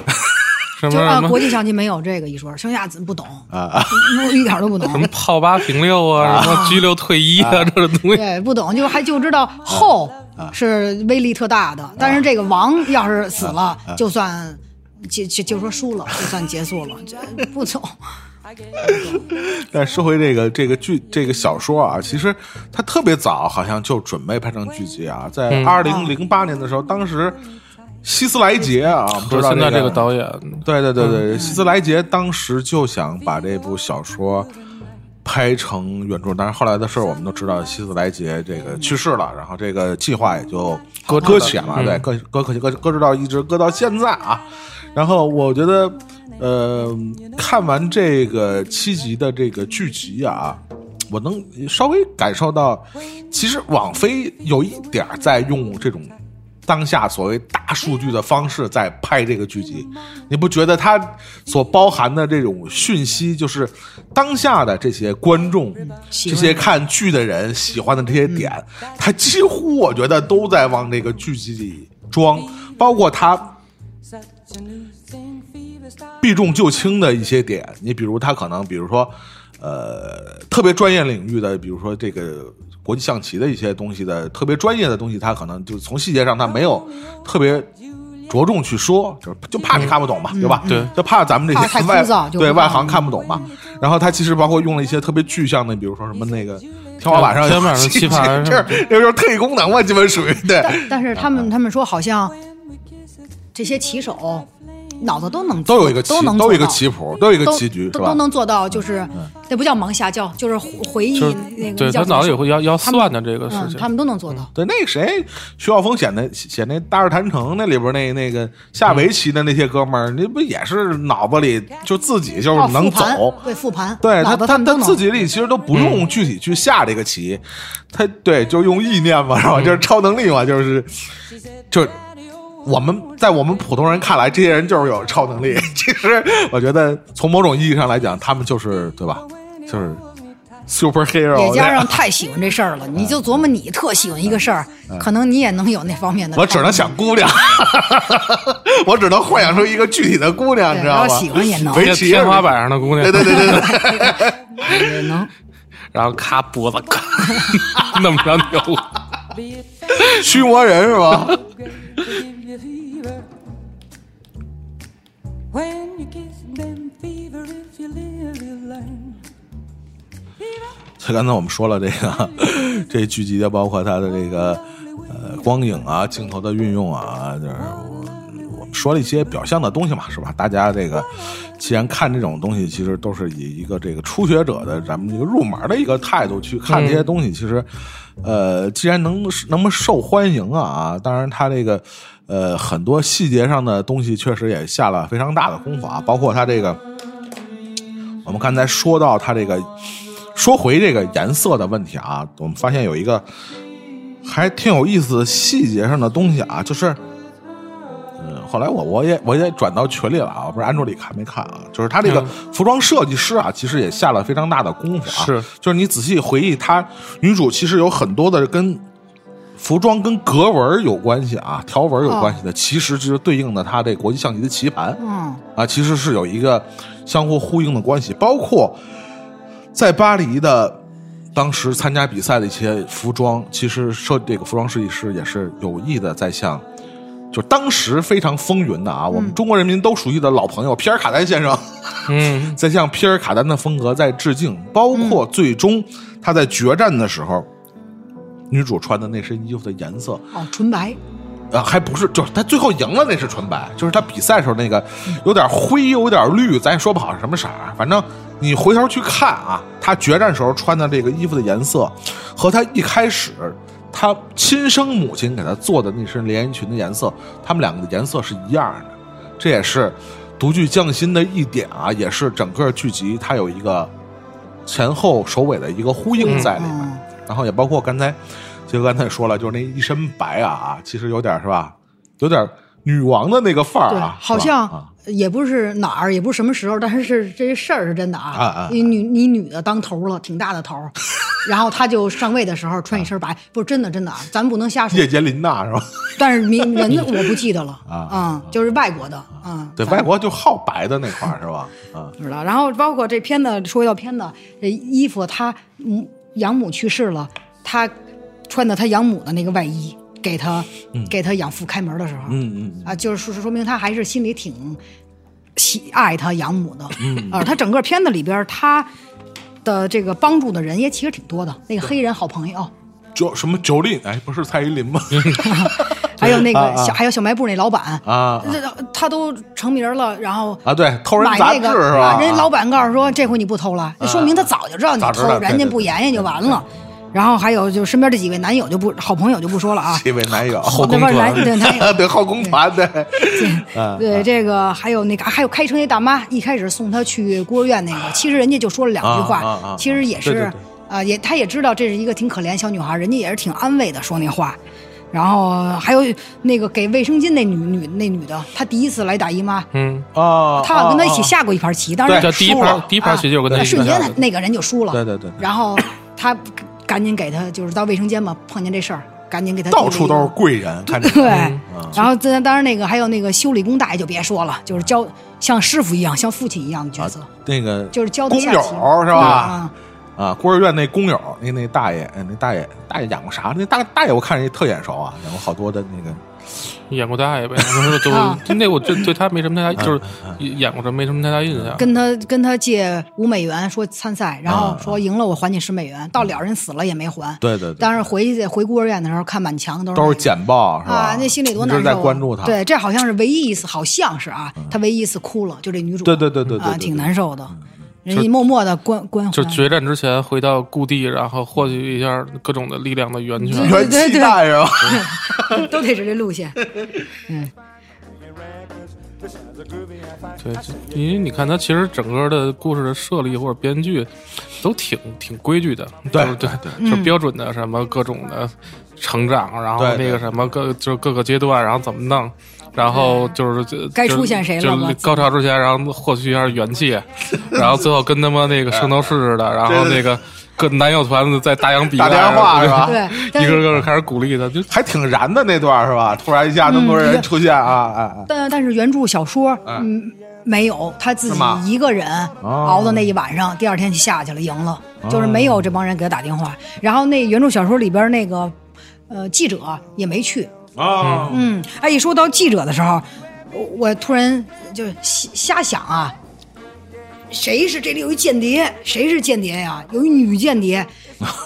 什么
就是
什
啊，
么
国际象棋没有这个一说，剩下子不懂，
啊，
我一点儿都不懂
什。么炮八平六啊，什么车六退一啊，这种东西，
对，不懂，就还就知道
啊
后是威力特大的，但是这个王要是死
啊
了，就算就就就说输了，就算结束了， 这不懂。
但说回这个这个剧这个小说啊，其实它特别早，好像就准备拍成剧集啊。在
嗯
二零零八年的时候，当时希斯莱杰啊，我们知
就
道
现在
这
这个导演，
对对对对，希斯莱杰当时就想把这部小说拍成原著，但是后来的事儿我们都知道，希斯莱杰这个去世了，然后这个计划也就搁搁浅了，对，搁搁搁搁搁置到一直搁到现在啊。然后我觉得，呃，看完这个七集的这个剧集啊。我能稍微感受到，其实网飞有一点儿在用这种当下所谓大数据的方式在拍这个剧集，你不觉得它所包含的这种讯息，就是当下的这些观众、
嗯喜
这
欢嗯
些看剧的人喜欢的这些点，它几乎我觉得都在往这个剧集里装，包括它避重就轻的一些点。你比如他可能，比如说，呃特别专业领域的，比如说这个国际象棋的一些东西的特别专业的东西，他可能就是从细节上他没有特别。着重去说，就是就怕你看不懂嘛，对吧？
嗯对
就怕咱们这
怕太
些
枯
外
燥就
对
不知道
外行看不懂嘛。然后他其实包括用了一些特别具象的，比如说什么那个天花板上
天花板上
棋
棋盘
这这 就是特异功能嘛，基本属于对。
但但是他
啊
们他们说好像这些棋手脑子都能
都有一个棋
都能，
都有一个
做到
棋谱，都有一个
都
棋局，是
都
吧嗯
都？能做到，就是那不叫盲瞎叫，就是回回忆
就是
那个
对
叫
他
什么
脑子也会要要
他们
算的这个事
嗯，
情
他。们都能做到。
对，那个谁，徐晓峰写那写那《大日坛城》那里边那那个下围棋的那些哥们儿，那不也是脑子里就自己嗯就
哦
是能
复盘
走，
对复盘，
对
脑嗯
他
子
他
们都能
自己里其实都不用具体去下这个棋，他对就用意念嘛，是吧？
嗯
就是超能力嘛，就是就是我们在我们普通人看来，这些人就是有超能力。 其实我觉得从某种意义上来讲，他们就是对吧？就是 super hero。
也加上太喜欢这事儿了，你
嗯
就琢磨你特喜欢一个事儿，可能你也能有那方面的超能力。
我只能想姑娘，我只能幻想出一个具体的姑娘，你
对
知道
然后
吗？
喜欢也能
围
天
棋
天花，板上的姑娘，
对对对对对。
也能，
然后咔脖子咔 弄不着牛，
驱魔人是吧？
When you kiss them fever if you live you learn
所以刚才我们说了这个 这剧集啊的，包括它的这个呃光影啊、镜头的运用啊，就是我我们说了一些表象的东西嘛，是吧？大家这个既然看这种东西，其实都是以一个这个初学者的咱们一个入门的一个态度去看这些东西，其实呃，既然能那么受欢迎啊啊，当然它这个呃很多细节上的东西确实也下了非常大的功夫啊，包括它这个。我们刚才说到它这个，说回这个颜色的问题啊，我们发现有一个还挺有意思的细节上的东西啊，就是，嗯，后来我我也我也转到群里了啊，我不是安助理看没看啊？就是他这个
嗯
服装设计师啊，其实也下了非常大的功夫啊，
是，
就是你仔细回忆她，女主其实有很多的跟。服装跟格纹有关系啊，条纹有关系
哦
的，其实就是对应的它这国际象棋的棋盘。
嗯，
啊，其实是有一个相互呼应的关系，包括在巴黎的当时参加比赛的一些服装，其实设这个服装设计师也是有意的在向。就当时非常风云的啊，我们中国人民都熟悉的老朋友皮尔卡丹先生，
嗯，
在向皮尔卡丹的风格在致敬，包括最终他在决战的时候，女主穿的那身衣服的颜色，
哦，纯白，
啊，还不是，就是他最后赢了，那是纯白，就是他比赛时候那个有点灰，有点绿，咱也说不好是什么色儿。啊反正你回头去看啊，他决战时候穿的这个衣服的颜色，和他一开始他亲生母亲给他做的那身连衣裙的颜色，他们两个的颜色是一样的。这也是独具匠心的一点啊，也是整个剧集它有一个前后首尾的一个呼应在里面。
嗯
然后也包括刚才杰哥刚才也说了，就是那一身白啊，其实有点是吧，有点女王的那个范儿
对，
啊，
好
是吧啊
像也不是哪儿，也不是什么时候，但是是这事儿是真的
啊啊
啊。你女你女的当头了，挺大的头 儿，然后她就上位的时候穿一身白，不是真的真的啊，咱不能瞎说
叶。杰琳娜是吧？
但是名人的我不记得了
啊
啊，就是外国的啊，
对，
咱
外国就好白的那块儿是吧？啊，
不知道。然后包括这片子，说到片子，这衣服他嗯养母去世了，他穿的他养母的那个外衣，给他、给他养父开门的时候，
嗯嗯
啊，就是说说明他还是心里挺喜爱他养母的。嗯，啊，他整个片子里边他。的这个帮助的人也其实挺多的，那个黑人好朋友，
九什么九令，哎，不是蔡依林吗？
还有那个
啊啊
小，还有小卖部那老板
啊
这他都成名了，然后
啊，对，偷人
买
杂
那
志
个
是吧？嗯
啊人家老板告诉说，这回你不偷了，说明他早就知道你
早知道
偷，
对
人家
对
不
对，
严严就完了。然后还有就身边这几位男友就不好朋友就不说了啊
这位男友，
那边男对男友
对后宫团，对，嗯
对这个还有那个还有开车那大妈，一开始送他去孤儿院那个，其实人家就说了两句
啊啊啊
话
啊，
其实也
对对
是
对
啊，也他也知道这是一个挺可怜小女孩，人家也是挺安慰的说那话。然后还有那个给卫生巾那女女那女的，她第一次来大姨妈，
嗯，
啊，
她好像跟她一起
啊啊
下过一盘棋，当
对
时
叫第一
输了
盘第一盘学就跟他
啊
一起
瞬
下
间
的
那个人就输了。
哦对对对对
然后他赶紧给他就是到卫生间嘛，碰见这事儿，赶紧给他
到处都是嗯
是。
贵 人，看着
对，
啊
然后这当然那个还有那个修理工大爷就别说了，就是教像师傅一样、像父亲一样的角
啊
色，，
那个
就是教他
工
下
友
棋
是吧？
啊，
啊，孤儿院那工友，那那大爷，哎那大爷，大爷演过啥？那大大爷我看着特眼熟啊，演过好多的那个
演过大 爷呗，就是
啊
就那我对对他没什么太大，就是演过这没什么太大印象。
跟他跟他借五美元说参赛，然后
啊
说赢了我还你十美元，到了人死了也没还。
对对对
当时回去回孤儿院的时候，看满墙都是
都
那
是
个
简报是吧？
啊，那心里多
一
难
直
受、啊。
在关注他，嗯
对，这好像是唯一一次，好像是啊，她唯一一次哭了，就这女主。
对对对对对
啊，
对
挺
对嗯
难受的。人
就
家默默的关关怀
就。决战之前回到故地，然后获取一下各种的力量的源泉。
元
对对
气
对
大爷吧？
都得是这路线。
对，就因为你看他其实整个的故事的设立或者编剧都挺挺规矩的，
对
就是对
对
嗯
就是标准的什么各种的成长，然后
对对
那个什么各就是各个阶段，然后怎么弄。然后就是就
该出现谁了
就是
吧
高潮之前，然后获取一下元 气，然后最后跟他妈那个圣斗士似的，然后那个各男友团子在大洋彼
打电话是吧
对，但
一个
是
个开始鼓励他，就
还挺燃的那段是吧？突然一下那么多
嗯
人出现啊，哎哎，
但但是原著小说嗯没有，他自
啊是
己
吗哦
一个人熬的那一晚上，第二天就下去了，赢了，就是没有这帮人给他打电话。然后那原著小说里边那个呃记者也没去，
啊，
嗯，哎，一说到记者的时候，我我突然就是瞎瞎想啊，谁是这里有一间谍？谁是间谍呀、有一女间谍，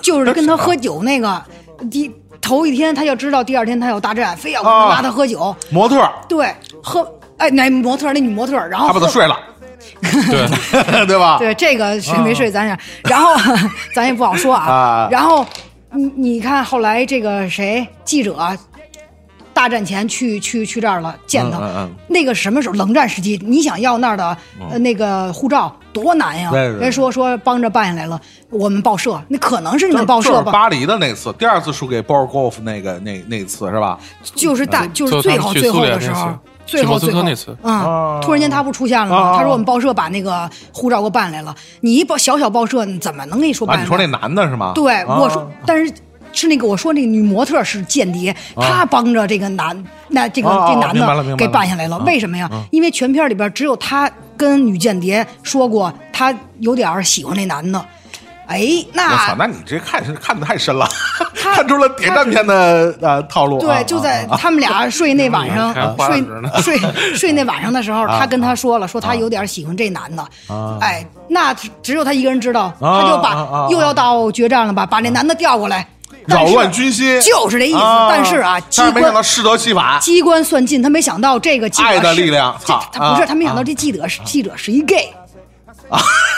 就是跟他喝酒那个，第头一天他就知道第二天他有大战，非要跟他
啊
拉他喝酒，
模特儿
对，喝。哎，那模特儿那女模特儿，然后
他把他
喝
睡了，
对，
对吧？
对，这个谁没睡咱俩，然后咱也不好说
嗯 啊
啊。然后你你看后来这个谁记者大战前去去去这儿了，见他、
嗯嗯嗯
那个什么时候冷战时期，你想要那儿的、呃那个护照多难呀？
对对对
人说说帮着办下来了，我们报社，那可能是你
就是
们报
就
社
是
吧，
巴黎的那次，第二次输给鲍尔戈夫那个那那次是吧？
就是大
嗯
就是
就
最
他们
后
去
最
苏
后
联
的
那
时候
次。
最
去
后
莫斯
最
科
后
那次
哦
嗯，突然间他不出现了
哦
吗？他说我们报社把那个护照给我办来了。你一报小小报社，你怎么能给你说办
啊，
来？
你说那男的是吗？
对，
啊
我说，但是是那个我说那个女模特是间谍，她帮着这个男，那这个
哦哦
这男
啊明白了啊明白
的给
了
办下来了。为什么呀？因为全片里边只有她跟女间谍说过，她有点儿喜欢那男的。哎，
我操，那
那
你这看是看的太深了，
他
看出了谍战片的呃套路啊。
对，就在他们俩睡那晚上
还花
睡
着呢
睡睡那晚上的时
啊
候，她跟他说了，说她有点喜欢这男的。哎，那只有她一个人知道，她就
啊啊啊
把又要到决战了吧，把那男的调过来。但
扰
是
乱军心，
就是这意思
啊
但是啊
但是没
机关
想到适得其反，
机关算尽，他没想到这个记者
爱的
是
力量
这
操
他不是
啊
他没想到这记者是记者是一 gay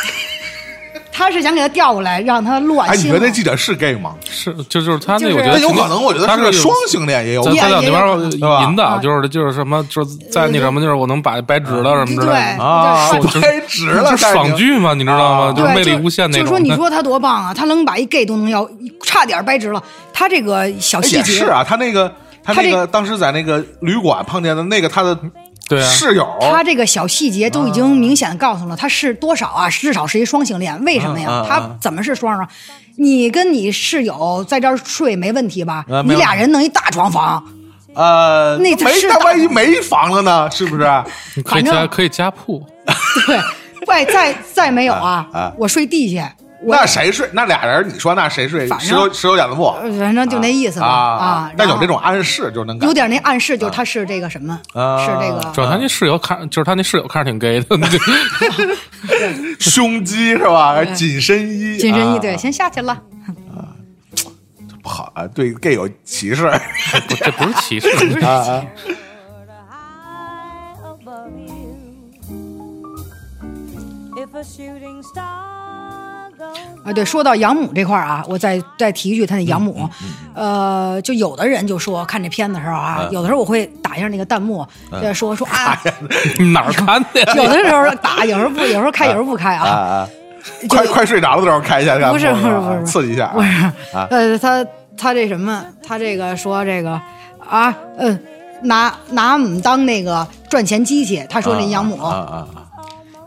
他是想给他调过来让他
哎，
乱
你
心
觉
了。
得那记者是 gay 吗？
是就就是他
就
那
是
我觉
那
得
哎有可能，我觉得
他
是
是
个
有
双性恋也有可
咱
能。
咱俩那边儿
对吧
引
嗯
导，就是就是什么，就是在那什么，就是我能把白纸了什么之类
对
的，
啊
对，
就是
白纸了，啊
就是爽剧嘛，你知道吗？就是
对，
魅
就
力无限那
就
种。
说你说他多棒啊，他能把一 gay 都能要，差点掰直了。他这个小
哎
细
也
节
是啊，他那个他
他
那
这
个当时在那个旅馆碰见的那个他的
对啊
室友，
他这个小细节都已
哦
经明显告诉了他是多少啊，至少是一双性恋。为什么
啊啊
呀？他怎么是双啊？你跟你室友在这儿睡没问题吧
啊？没
你
有
俩人弄一大床房，
呃，
那
没
是
那
大
万一没房了呢？是不是？
你可以
反
加
正
可以加铺，
对，外再再没有啊，
啊啊
我睡地下，我
那谁睡？那俩人，你说那谁睡？
反
石
正
头石头剪子布
呃反正就那意思吧
啊
啊。
但有
然后
这种暗示，就是能感
有点那暗示，就是他是这个什么，
啊
是这个
主要他那室友看，就是他那室友看着挺 gay 的，
胸肌是吧？紧身衣，
紧身衣，
啊
对，先下去了。
不好啊，对 gay 有歧视。啊
不这不是歧视，
high above you. If a shooting star goes
啊，对，说到养母这块儿啊，我再再提一句，他那养
嗯
母，呃，就有的人就说看这片子的时候
嗯
啊，有的时候我会打一下那个弹幕，就说说啊，
哪儿看的呀？
有的时候打，有时候不，有时候开，有时候不开
啊
啊。
啊！快快睡着了的时候开一下，
不是
看
不是不是
刺激一下啊，
不是，呃，他他这什么，他这个说这个啊，嗯，
啊
拿拿我们当那个赚钱机器，他说那养母
啊啊啊！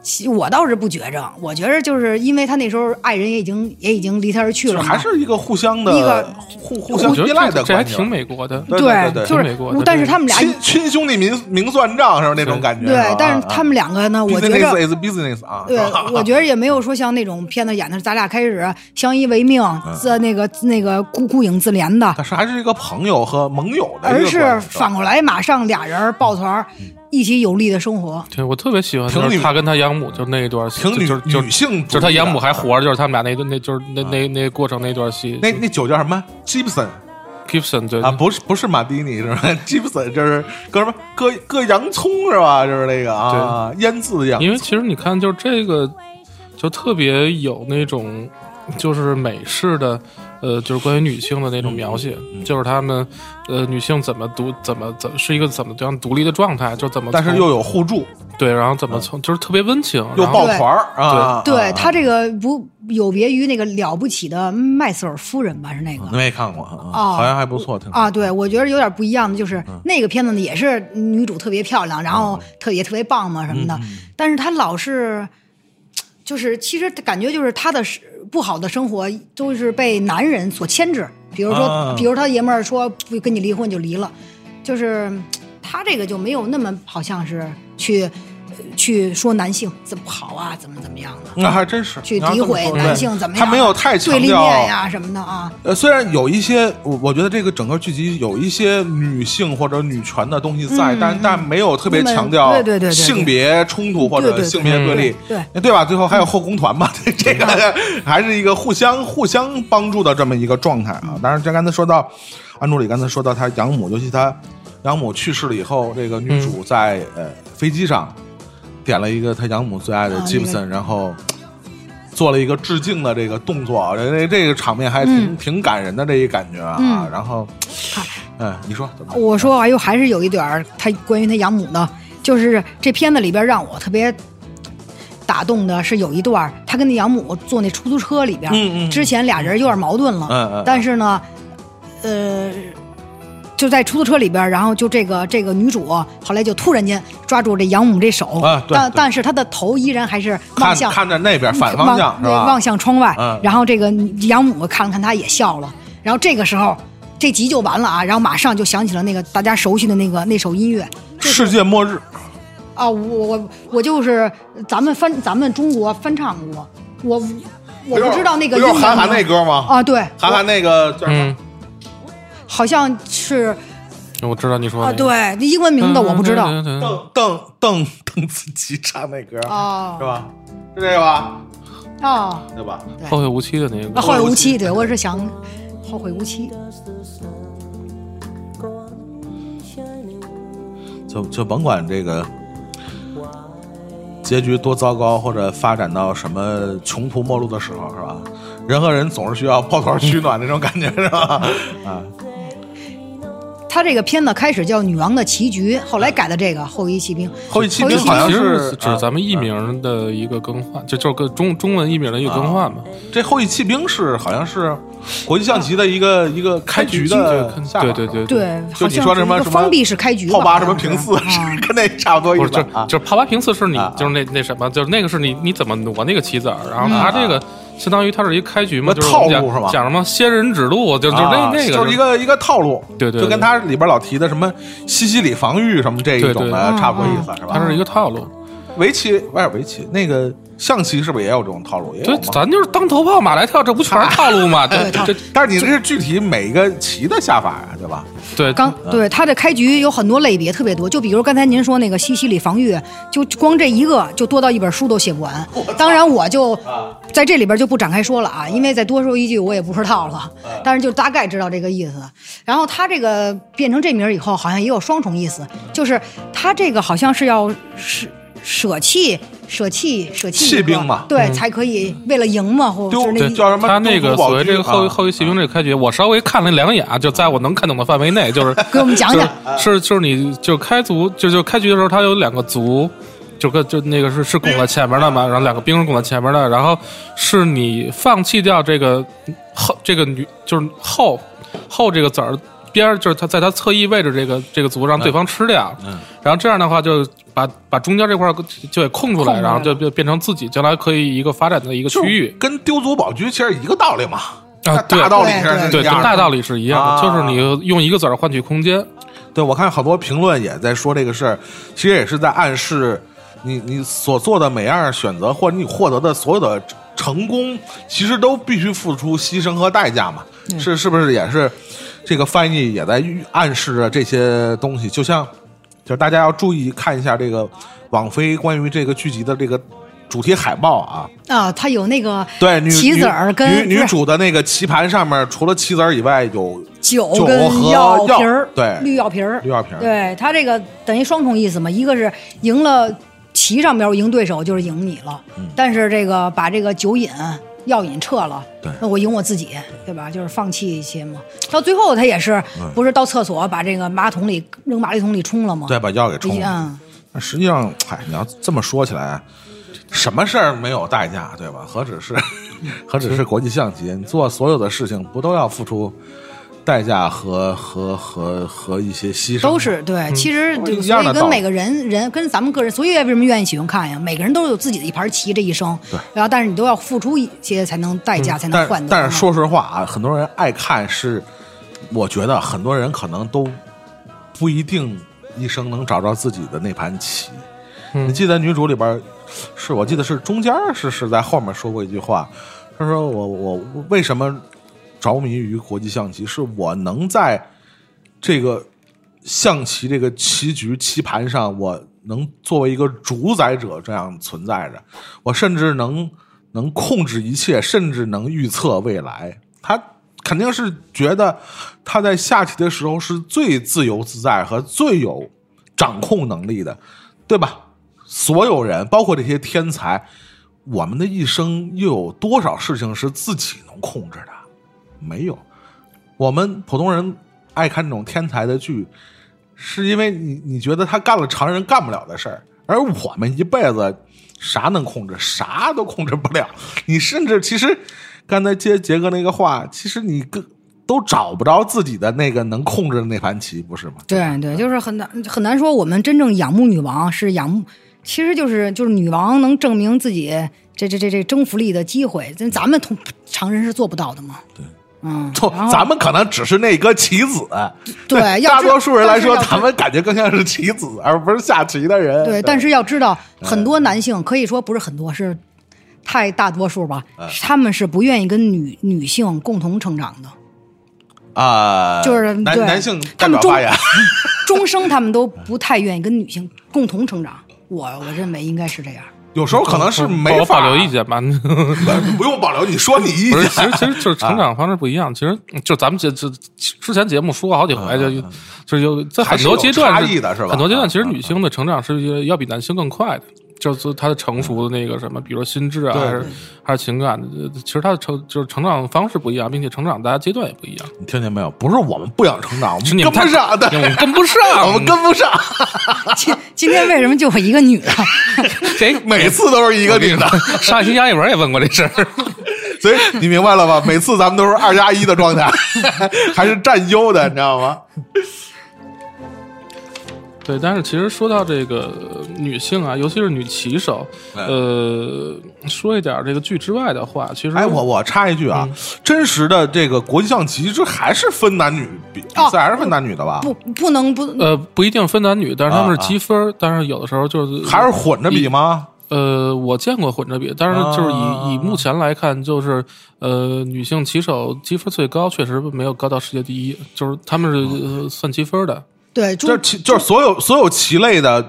其我倒是不觉着，我觉着就是因为他那时候爱人也已经也已经离他而去
就
了嘛，
还是一个互相
一
的
个
互 互相
觉
依
得
赖
这
的嗯
这还
关系，
挺美国的。
对对对
就
挺美国
是
的，
但是他们俩
亲亲兄弟明明算账是吧？那种感觉吧，
对，但是
啊
他们两个呢，我觉着
business is business 啊，
对
是吧，
我觉得也没有说像那种片子演的是咱俩开始相依为命，
嗯
自那个那个顾顾影自怜的，
但是还是一个朋友和盟友的一
而
个关
是
系，
反过来马上俩人抱团儿
嗯
一起有力的生活。
对我特别喜欢，就
挺
是
女
他跟他养母就那一段，
挺
就
女
就就
女性主义的啊
就是他养母还活着，就是他们俩那那就是那那那过程那段戏。
那那酒叫什么？Gibson
Gibson 对
啊，不是不是马蒂尼是吧？Gibson 就是搁什么搁搁洋葱是吧？就是那个啊，腌制的洋
因为其实你看，就是这个，就特别有那种，就是美式的，呃，就是关于女性的那
嗯
种描写，就是她们，呃，女性怎么独怎么怎么是一个怎么样独立的状态，就怎么从，
但是又有互助，
对，然后怎么从，就是特别温情，
又
然后
抱团儿啊，
对
啊
他这个不有别于那个了不起的麦瑟尔夫人吧？是那个。
没看过，啊
哦
好像还不错，挺
啊，对，我觉得有点不一样的，就是
嗯
那个片子呢，也是女主特别漂亮，然后特也特别棒嘛什么
嗯
的，但是她老是，就是其实感觉就是她的是不好的生活都是被男人所牵制，比如说，
啊
比如她爷们儿说不跟你离婚就离了，就是她这个就没有那么好像是去呃去说男性怎么不好啊，怎么怎么样的。
那还真是
去诋毁男性怎么样啊？
他没有太强
对立面
调
呀、什么的啊，
呃，虽然有一些，我我觉得这个整个剧集有一些女性或者女权的东西在，
嗯
但但没有特别
那么
强调
对对对对对
性别冲突或
对
者
对对
性别对立，
对
对吧？最后还有后宫团 嘛，这这个还是一个互相互相帮助的这么一个状态啊。当然，这刚才说到安助理刚才说到她养母，尤其她养母去世了以后，这个女
嗯
主在、呃飞机上点了一个她养母最爱的
啊那个
Gibson，、然后。做了一个致敬的这个动作，这这这个场面还挺、挺感人的这一感觉啊。
嗯
然后，嗯，你说怎么？
我说哎呦，还是有一点儿他关于他养母呢，就是这片子里边让我特别打动的是有一段儿，他跟那养母坐那出租车里边，
嗯嗯嗯
之前俩人有点矛盾了，
嗯嗯
但是呢，呃。就在出租车里边，然后就这个这个女主后来就突然间抓住这养母这手，
啊对
但
对
但是她的头依然还是望
看
向
看着那边反方向
望
是
对
吧
望？向窗外。
嗯
然后这个养母看了看他，也笑了。然后这个时候，这集就完了啊！然后马上就响起了那个大家熟悉的那个那首音乐
世界末日，
啊！我我我就是咱们翻咱们中国翻唱过，我我不知道那个
不
英
就是
文
韩寒
名
那歌吗？
啊，对，
韩寒那个叫什么？
嗯，
好像是
我知道你说
啊，
的那个，
对，英文名字我不知道
嗯，对对对
邓邓邓邓紫棋唱那歌
哦
是吧？是这个吧？
啊
对吧？
对
后会无期的那
啊，
个
后会无期，对我是想后会无期，
就就甭管这个结局多糟糕，或者发展到什么穷途末路的时候，是吧？人和人总是需要抱团取暖那种感觉，是吧？啊，
他这个片子开始叫《女王的棋局》，后来改的这个《后羿骑兵》。
后羿骑兵
后羿骑兵
好像
其
是啊呃
实只是咱们译名的一个更换，就就是个中中文译名的一个
啊
更换嘛。
这后羿骑兵是好像是国际象棋的一个一个开局的
对
下法
对对对
对，
就
好像
你说
是
什么
一
什
个
么
封闭式开局吧，
泡吧
好
什么
像是
平四，是
啊
跟那差不多意
不
思
是，就
啊。
就是帕巴平四是你
啊啊，
就是那那什么，就是那个是你你怎么挪那个棋子儿，然后他这个相当于它是一个开局
那
嘛，就是我
嗯
们
套路是吧
讲讲什么仙人指路，就就是那
啊
那个
就是一个一个套路，
对对
就跟
对
他里边老提的什么西西里防御什么这一
对
种
对
的
嗯
差不多意思，是吧？
它是一个套路。
围棋，不是围棋，那个象棋是不是也有这种套路？也有
对，
吗？
咱就是当头炮马来跳，这不全是套路吗？
哎
这
对
这
但是你这是具体每个棋的下法呀、对吧？
对
刚
嗯
对它的开局有很多类别，特别多。就比如刚才您说那个西西里防御，就光这一个就多到一本书都写不完。当然，我就
啊
在这里边就不展开说了
嗯
啊，因为再多说一句我也不知道了。 但是就大概知道这个意思。然后它这个变成这名儿以后，好像也有双重意思，
嗯
就是它这个好像是要舍舍弃舍弃舍弃一
弃
个
兵嘛嗯
对，才可以为了赢嘛，或
丢
者是那
对
一
叫什么
他那个
东土宝
所谓这个
驹
后
啊
后羿骑兵这个开局，我稍微看了两眼，就在我能看懂的范围内，就是
给我们
啊
讲讲。
就是就是你就开族就就开局的时候，它有两个族，就跟就那个是是拱在前面的嘛，然后两个兵是拱在前面的，然后是你放弃掉这个后这个女就是后后这个子儿。边儿，就是他在他侧翼位置这个这个族让对方吃掉，嗯，然后这样的话就把把中间这块儿就给空出
空出来
来，
了
然后就就变成自己将来可以一个发展的一个区域，
跟丢族保局其实一个道理嘛，
啊对
大道理上是
对，
一
跟
样
大
的。
道理是一样的，
啊
就是你用一个子儿换取空间，
对，我看好多评论也在说这个事儿，其实也是在暗示你你所做的每样选择，或者你获得的所有的成功，其实都必须付出牺牲和代价嘛。
嗯
是是不是也是这个翻译也在预暗示着这些东西？就像就是大家要注意看一下这个网飞关于这个剧集的这个主题海报啊，
啊，他有那个
对，女
棋子儿跟
女
不
女
是
主的那个棋盘上面，除了棋子儿以外，有
酒
酒
跟
和
药
药
瓶儿，
对
绿药瓶儿，
绿药瓶儿
对他这个等于双重意思嘛，一个是赢了棋上边我赢对手就是赢你了，
嗯
但是这个把这个酒瘾。药瘾撤了，
对
那我赢我自己，对吧？就是放弃一些嘛。到最后他也是，不是到厕所把这个马桶里扔马桶里冲了吗？
对，把药给冲了。
哦嗯，
那实际上，哎，你要这么说起来，啊什么事儿没有代价，对吧？何止是，何止是国际象棋？你做所有的事情，不都要付出代价和和和和一些牺牲？
都是对。其实
都
所
是
以
嗯哦一样的道
跟
理
每个人人跟咱们个人，所以为什么愿意喜欢看呀？每个人都有自己的一盘棋，这一生。
对嗯
然后，但是你都要付出一些才能代价，才能
但
换得。
但是说实话啊，很多人爱看是，我觉得很多人可能都不一定一生能找着自己的那盘棋。你记得女主里边儿，是我记得是中间儿是是在后面说过一句话，她说我我为什么着迷于国际象棋，是我能在这个象棋这个棋局棋盘上，我能作为一个主宰者这样存在着，我甚至能能控制一切，甚至能预测未来。他肯定是觉得他在下棋的时候是最自由自在和最有掌控能力的，对吧？所有人，包括这些天才，我们的一生又有多少事情是自己能控制的？没有。我们普通人爱看这种天才的剧，是因为你你觉得他干了常人干不了的事儿，而我们一辈子啥能控制，啥都控制不了。你甚至其实刚才接杰哥那个话，其实你更都找不着自己的那个能控制的那盘棋，不是吗？
对对，就是很难很难说。我们真正仰慕女王是仰慕，其实就是就是女王能证明自己这这这这征服力的机会，咱咱们同常人是做不到的嘛。对，嗯，
就
然后
咱们可能只是那颗棋子，
对要
大
知
多数人来
但是
说，
要知
咱们感觉更像是棋子，而不是下棋的人。
对，但是要知道，很多男性可以说不是很多，是太大多数吧，
嗯
他们是不愿意跟女女性共同成长的。
啊，
就是
男
对
男性代
他们
表
终
发言。
终生他们都不太愿意跟女性共同成长。我我认为应该是这样。
有时候可能是没
嗯我
法
保留意见吧。
不用保留，你说你意
不是，
见。
其实其实就是成
啊
长方式不一样。其实就咱们这这之前节目说过好几回，就就是有在很多阶段
啊还是有差异的是吧
很多阶
啊
段其实女性的成长是要比男性更快的，就是她的成熟的那个什么，比如说心智啊，
对
还是还是情感，呃其实她的成就是成长方式不一样，并且成长大家阶段也不一 样。
你听见没有？不是我们不想成长，我
是
们
你
跟
们
不
太
上，对
我们跟不上
我们跟不上，
今今天为什么就我一个女的？
谁
每次都是一个女的，
上一期杨一文也问过这事儿，
所以你明白了吧？每次咱们都是二加一的状态， 还是占优的，你知道吗？
对，但是其实说到这个呃女性啊，尤其是女棋手，
哎
呃，说一点这个剧之外的话，其实
哎，我我插一句啊，
嗯
真实的这个国际象棋这还是分男女比比
哦
赛，还是分男女的吧？
不，不能不
呃，不一定分男女，但是他们
啊
是积分儿，但是有的时候就是
还是混着比吗？
呃，我见过混着比，但是就是以、
啊
以目前来看，就是呃，女性棋手积分最高，确实没有高到世界第一，就是他们是、
啊
呃算积分的。
对，
这
中
棋就是所有所有棋类的，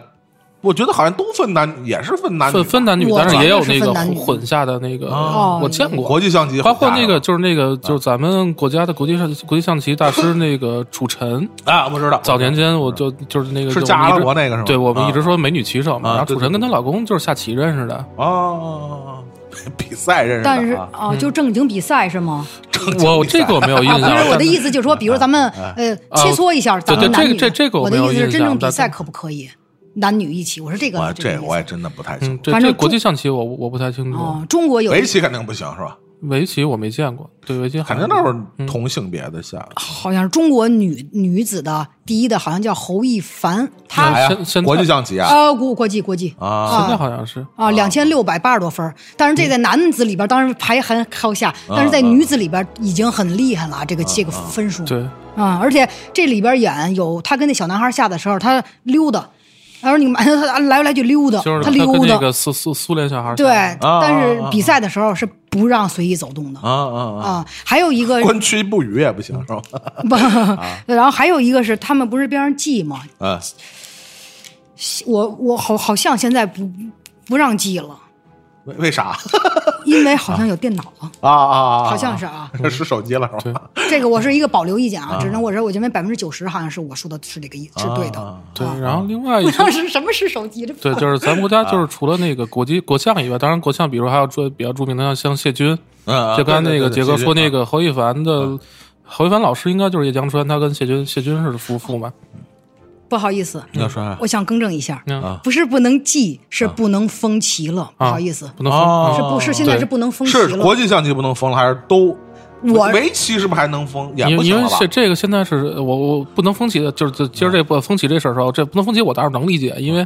我觉得好像都分男，也是分男女
分
吧
分男女，
我
但是也有
知道
那
是
个
分男
混
女
混下的那个，
哦
我见过。
国际啊象棋，
包括那个就是那个就是咱们国家的国际上国际象棋大师那个楚晨，
啊，我知道，
早年间我就就是那个
是
就
加
我们一
阿拉
直
伯那个是吗
对我
啊
们一直说美女棋手
啊
嘛，然后
对
楚晨
对
跟她老公就是下棋认识的。
哦， 比赛认识的啊，
但是啊，就正经比赛是吗？
嗯我这个我没有印
啊，不
象，
是我
但
的意思，就是说，比如咱们呃切磋一下咱们男女的。
啊对对这个这个我
我
没
的
有
意思是，
印
真
象
正比
但
赛
是
可不可以男女一起？我是这个
我
这个
这
意思
我也真的不太清
嗯，
楚。
这
反
这
正
国
中
际象棋我我不太清楚。
哦，中国有一
围棋肯定不行是吧？
围棋我没见过，对围棋好
肯
像
定都是
嗯
同性别的下，
好像是中国女女子的第一的，好像叫侯亦凡，她
哎呀
现现在
国际象棋啊
呃国国际国际
啊，
现在好像是
啊，两千六百八十多分儿，但是这在男子里边儿当然排很靠下，但是在女子里边儿已经很厉害了，这个这个分数。
对，
啊，而且这里边演有他跟那小男孩下的时候，他溜达，他说你们 他来来去溜达，
就是
溜
跟那
达，
个苏苏苏联小孩儿
对
像，
但是
啊啊
比赛的时候是不让随意走动的
啊啊啊，
啊。还有 一个
观区不语也不行是吧？
不， 然后还有一个是他们不是边上记吗？
啊，
我我好好像现在不不让记了，
为为啥
因为好像有电脑了，
啊啊啊？
好像是啊。
是手机了是
对
吧？
这个我是一个保留意见啊，只能我是我认为百分之九十好像是我说的是这个意是对的
啊。
对，然后另外一些
当时什么是手机？这
对，就是咱们国家
啊
就是除了那个国际国象以外，当然国象，比如还有著比较著名的像像谢军，
嗯
就刚才那个杰哥说那，
啊对对对对
个侯一凡的，侯一凡老师应该就是叶江川，他跟谢军谢军是夫妇嘛？
不好意思，
你要说啥
我想更正一下，
啊
不是不能记，是不能封棋了，不
啊
好意思，
不能
啊哦
分
是不是现在是不能封棋
是
了？
国际象棋不能封了，还是都？
我
围棋是不是还能封？也
因
不行
为因为
了吧
这？这个现在是我我不能封起的，就是就今儿这不封起这事儿的时候，这不能封起我倒是能理解，因为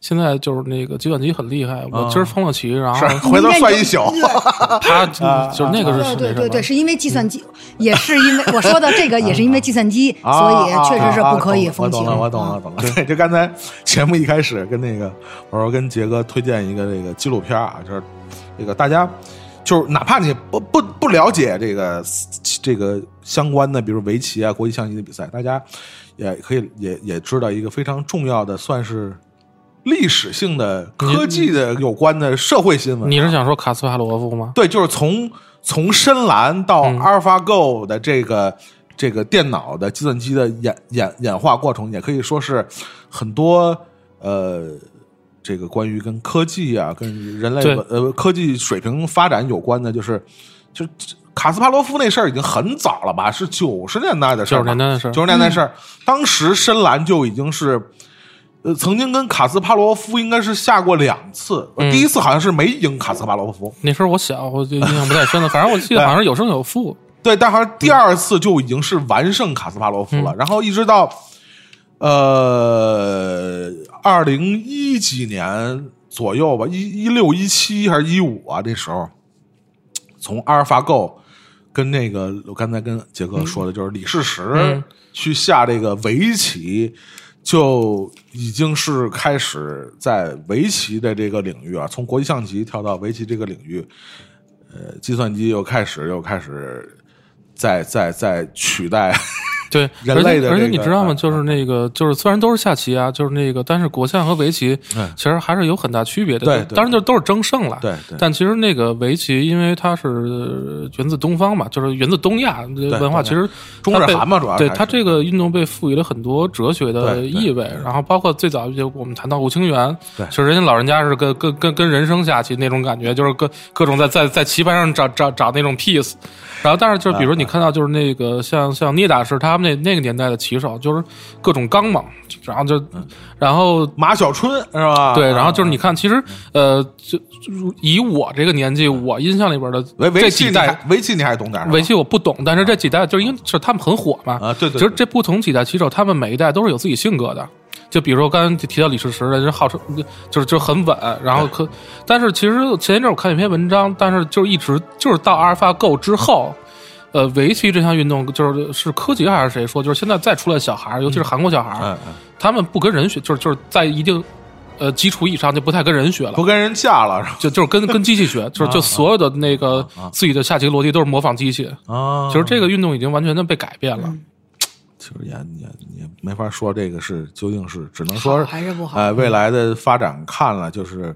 现在就是那个计算机很厉害，我今儿封了棋，然后
嗯是回头算一宿。
啪就是那个
啊对
是那
对对
什
对，
么。
是因为
嗯
计算机，也是因为我说的这个也是因为计算机，
啊
所以确实是不可以
啊啊啊
封棋了。
我懂了，我
啊
懂了，我懂了。对，就刚才节目一开始跟那个我说跟杰哥推荐一个这个纪录片啊，就是这个大家就是哪怕你不不不了解这个这个相关的，比如围棋啊、国际象棋的比赛，大家也可以也也知道一个非常重要的，算是历史性的科技的有关的社会新闻啊。
你是想说卡斯帕罗夫吗？
对，就是从从深蓝到
嗯
AlphaGo 的这个、这个电脑的计算机的演演演化过程，也可以说是很多呃这个关于跟科技啊、跟人类
对
文呃科技水平发展有关的，就是就卡斯帕罗夫那事儿已经很早了吧？是九十年代的事儿吧，
90年代的事儿嗯
九十年代事儿，当时深蓝就已经是。呃，曾经跟卡斯帕罗夫应该是下过两次，
嗯
第一次好像是没赢卡斯帕罗夫，
那时候我小，我就印象不太深了。反正我记得好像是有胜有负，
对，但好像第二次就已经是完胜卡斯帕罗夫了，然后一直到呃二零一几年左右吧，一一六一七还是一五啊，这时候从阿尔法 Go 跟那个我刚才跟杰哥说的，就是李世石
嗯
去下这个围棋。就已经是开始在围棋的这个领域啊，从国际象棋跳到围棋这个领域，呃，计算机又开始又开始在在在取代
对，
人类的
而且而且
这
你
个
知道
啊
吗？就是那个，就是虽然都是下棋啊，就是那个，但是国象和围棋其实还是有很大区别的。
哎对
就
对
当然就都是争胜了。
对对
但其实那个围棋，因为它是源自东方嘛，就是源自东亚文化，
对
其实
中
它
日
被
韩嘛主要
对
还
它
是
这个运动被赋予了很多哲学的
对对
意味。然后包括最早就我们谈到吴清源，
对
就是人家老人家是跟跟跟跟人生下棋那种感觉，就是各各种在在在棋盘上找找找那种 piece。然后，但是就是比如你看到就是那个
嗯
像像聂大师他们那那个年代的棋手，就是各种刚猛，然后就
嗯
然后
马小春是吧？啊
对，然后就是你看，其实呃，就就以我这个年纪，
嗯
我印象里边的
围
这
围棋
几
你还
代。
围棋你还懂点儿是吧
围棋我不懂，但是这几代就是因为就是他们很火嘛
啊对对对
其实这不同几代棋手，他们每一代都是有自己性格的。就比如说刚才提到李世石的，人号称就是就是很稳，然后可，但是其实前一阵我看一篇文章，但是就一直就是到阿尔法 Go 之后，呃，围棋这项运动就是是柯洁还是谁说，就是现在再出来小孩儿，尤其是韩国小孩儿，
嗯嗯
他们不跟人学，就是就是在一定呃基础以上就不太跟人学了
不。啊跟人架了是吧？
就就是跟跟机器学，就是就所有的那个自己的下棋逻辑都是模仿机器，
啊
就是这个运动已经完全的被改变
嗯
了。
其实也也也没法说这个是究竟是，只能说
好还是不好嗯
呃，未来的发展看了，就是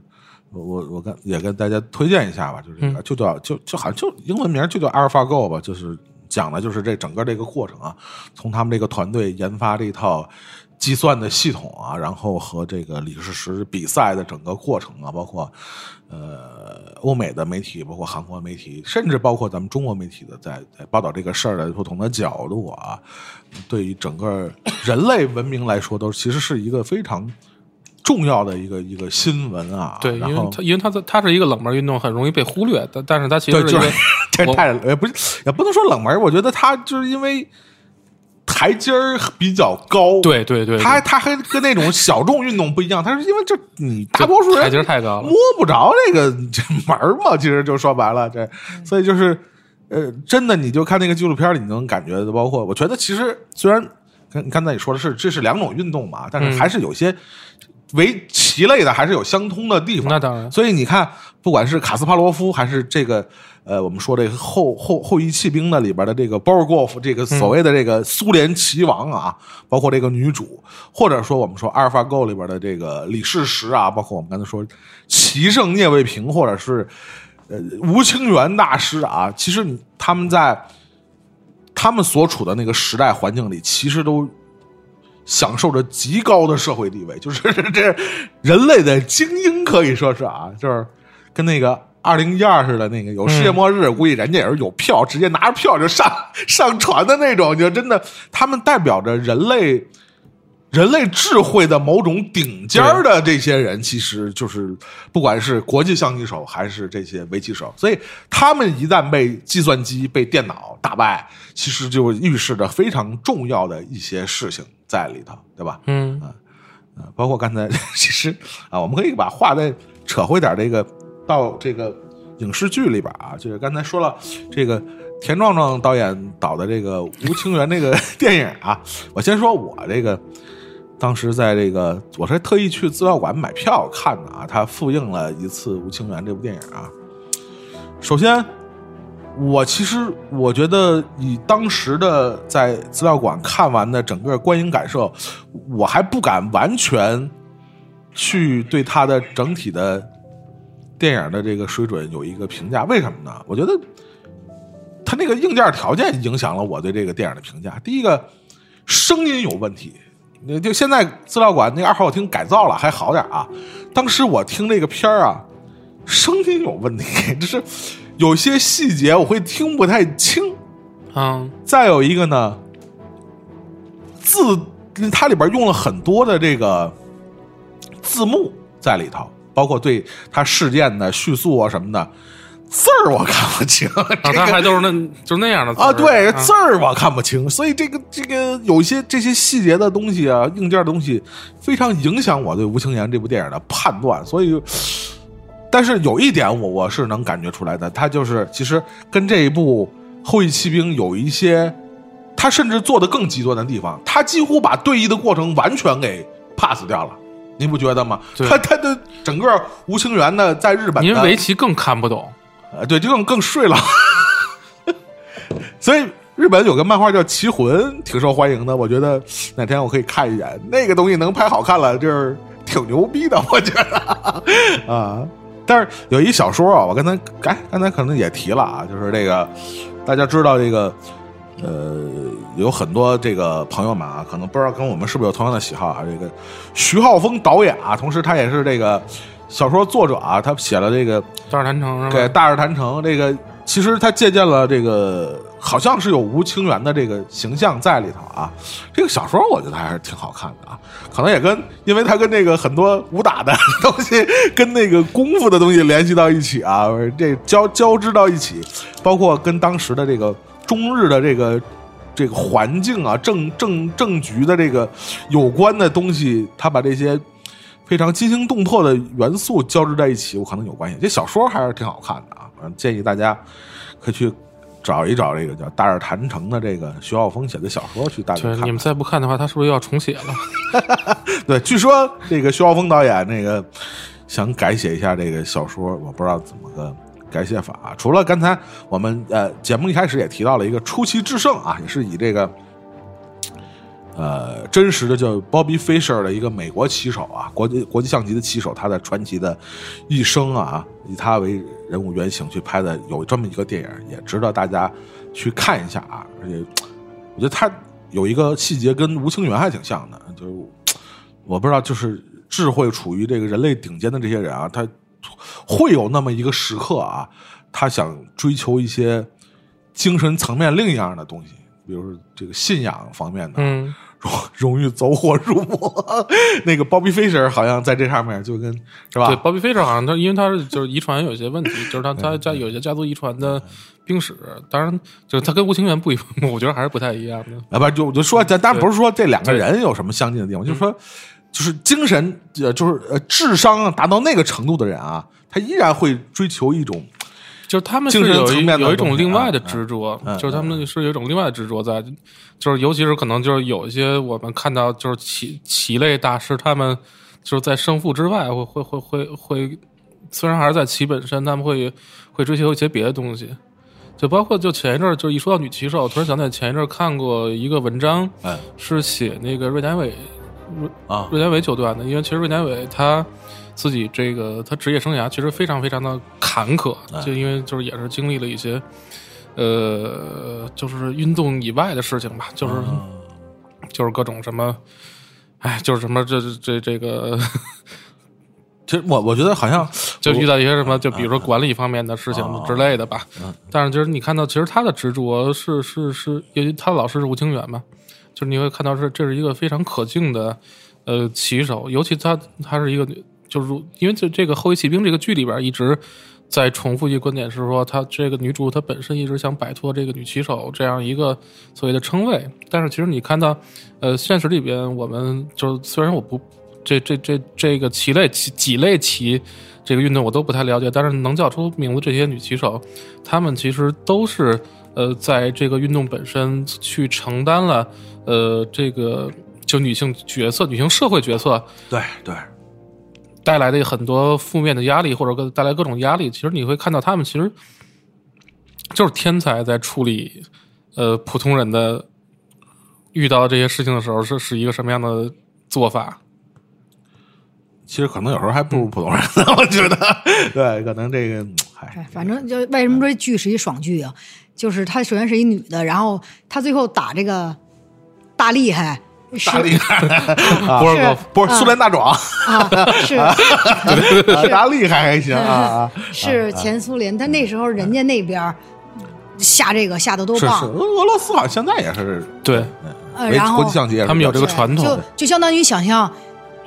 我我我跟也跟大家推荐一下吧，就是这
嗯
个、就叫就就好像就英文名就叫 AlphaGo 吧，就是讲的就是这整个这个过程啊，从他们这个团队研发这套。计算的系统啊，然后和这个李世石比赛的整个过程啊，包括呃欧美的媒体，包括韩国媒体，甚至包括咱们中国媒体的在在报道这个事儿的不同的角度啊，对于整个人类文明来说，都其实是一个非常重要的一个一个新闻啊。
对，因
然
为
后
它因为它它是一个冷门运动，很容易被忽略，但但是它其
对，
实是一
就
个
是 这
我
太也不是也不能说冷门，我觉得他就是因为台阶儿比较高，
对对对，
他他还跟那种小众运动不一样，他是因为这你大多数人
台阶儿太高了
摸不着这个这门儿嘛，其实就说白了，这所以就是呃，真的你就看那个纪录片里，你能感觉，包括我觉得其实虽然跟刚才你说的是这是两种运动嘛，但
嗯
是还是有些。围棋类的还是有相通的地方，
那当然
所以你看，不管是卡斯帕罗夫还是这个，呃，我们说这个后后后裔弃兵的里边的这个包尔戈夫，这个所谓的这个苏联棋王啊，包括这个女主，或者说我们说阿尔法狗里边的这个李世石啊，包括我们刚才说棋圣聂卫平，或者是呃吴清源大师啊，其实你他们在他们所处的那个时代环境里，其实都享受着极高的社会地位，就是 这人类的精英可以说是啊，就是跟那个二零一二似的，那个有世界末日，估计人家也是有票，直接拿着票就上上船的那种，就真的他们代表着人类。人类智慧的某种顶尖儿的这些人，其实就是不管是国际象棋手还是这些围棋手，所以他们一旦被计算机、被电脑打败，其实就预示着非常重要的一些事情在里头，对吧？
嗯
啊包括刚才 其实啊，我们可以把话再扯回点这个到这个影视剧里边啊，就是刚才说了这个田壮壮导演导的这个吴清源那个 电影啊，我先说我这个当时在这个我是特意去资料馆买票看的啊，它复映了一次吴清源这部电影啊。首先，我其实我觉得以当时的在资料馆看完的整个观影感受，我还不敢完全去对它的整体的电影的这个水准有一个评价。为什么呢？我觉得它那个硬件条件影响了我对这个电影的评价。第一个，声音有问题。那就现在资料馆那个二号厅改造了，还好点啊。当时我听这个片儿啊，声音有问题， 就是有些细节我会听不太清。
嗯
再有一个呢，字它里边用了很多的这个字幕在里头，包括对它事件的叙述啊什么的，字儿我看不清。这个
啊，它还都是那就是那样的词儿
啊，对
啊
字儿我看不清，所以这个这个有一些这些细节的东西啊，硬件的东西，非常影响我对《吴清源》这部电影的判断。所以，但是有一点我我是能感觉出来的，它就是其实跟这一部《后裔骑兵》有一些，他甚至做的更极端的地方，他几乎把对弈的过程完全给 pass 掉了。您不觉得吗？
对
他他的整个吴清源呢，在日本
您
的
围棋更看不懂，
呃，对，就更更睡了。 所以日本有个漫画叫《棋魂》，挺受欢迎的。我觉得哪天我可以看一眼，那个东西能拍好看了，就是挺牛逼的，我觉得 啊。但是有一小说啊，我刚才哎，刚才可能也提了啊，就是这个大家知道这个呃，有很多这个朋友们啊，可能不知道跟我们是不是有同样的喜好啊。这个徐浩峰导演啊，同时他也是这个小说作者啊，他写了这个
大尔坛城
对
是
《
吧？
大日坛城》这个，其实他借鉴了这个，好像是有吴清源的这个形象在里头啊。这个小说我觉得还是挺好看的啊，可能也跟因为他跟那个很多武打的 东西，跟那个功夫的东西联系到一起啊，这交交织到一起，包括跟当时的这个中日的这个。这个环境啊，政政政局的这个有关的东西，他把这些非常惊心动魄的元素交织在一起，我可能有关系。这小说还是挺好看的啊，嗯建议大家可以去找一找这个叫《大日坛城》的这个徐浩峰写的小说去大家
对，
看
你们
看。
再不看的话，它是不是又要重写了？
对，据说这个徐浩峰导演那个想改写一下这个小说，我不知道怎么个。改写法啊、除了刚才我们呃节目一开始也提到了一个出奇制胜啊，也是以这个呃，真实的叫 Bobby Fischer 的一个美国棋手啊，国际国际象棋的棋手，他的传奇的一生啊，以他为人物原型去拍的有这么一个电影，也值得大家去看一下啊。而且我觉得他有一个细节跟吴清源还挺像的，就是我不知道，就是智慧处于这个人类顶尖的这些人啊，他会有那么一个时刻啊，他想追求一些精神层面另一样的东西，比如说这个信仰方面的。
嗯，
容 易走火入魔。那个 Bobby Fischer 好像在这上面就跟是吧
对，鲍比菲特好像他，因为他是就是遗传有一些 问题，就是他
嗯
他家有一些家族遗传的病史，当然就是他跟吴清源不一， 我觉得还是不太一样的。
啊，不就我就说，咱当然不是说这两个人有什么相近的地方，
嗯
就是说，就是精神，呃，就是呃，智商达到那个程度的人啊，他依然会追求一种
就是他们是
精神
有
层
一
面的
有一
东
种
西
另外
啊
的
嗯
执着，
嗯
就是他们是有一种另外的执着在，就是尤其是可能就是有一些我们看到就是棋棋类大师，他们就是在胜负之外会会会会会，虽然还是在棋本身，他们会会追求一些别的东西，就包括就前一阵儿就一说到女棋手，我突然想起来前一阵儿看过一个文章，
嗯
是写那个瑞典伟
啊
瑞典伟九段的，因为其实瑞典伟他自己这个他职业生涯其实非常非常的坎坷，就因为就是也是经历了一些呃，就是运动以外的事情吧，就是、就是各种什么，哎，就是什么这这这这个，
其实我我觉得好像
就
我
遇到一些什么，就比如说管理方面的事情之类的吧。但是就是你看到，其实他的执着是是是，因为他的老师是吴清源嘛，就是你会看到是这是一个非常可敬的呃棋手，尤其他他是一个就是如因为这这个《后羿骑兵》这个剧里边一直在重复一个观点是说，她这个女主她本身一直想摆脱这个女骑手这样一个所谓的称谓，但是其实你看到呃现实里边，我们就是虽然我不这这这这个棋类棋几类棋这个运动我都不太了解，但是能叫出名字这些女棋手，她们其实都是呃在这个运动本身去承担了呃这个就女性角色、女性社会角色
对对
带来的很多负面的压力，或者各带来各种压力，其实你会看到他们其实就是天才在处理呃普通人的遇到这些事情的时候是是一个什么样的做法。
其实可能有时候还不如普通人呢，我觉得， 对，可能这个，
对
哎，，
反正就为什么说这剧是一爽剧啊？就是她首先是一女的，然后她最后打这个大厉害，是
大厉害，啊
波尔
是嗯
戈夫
不是苏联大壮，
啊， 是
大厉害还行啊，啊
是前苏联，但那时候人家那边儿下这个下的多
是是，
棒，
俄罗斯好像现在也是
对，
呃，
围
然后
国际象棋也是
他们有这个
对
传统
就就相当于想象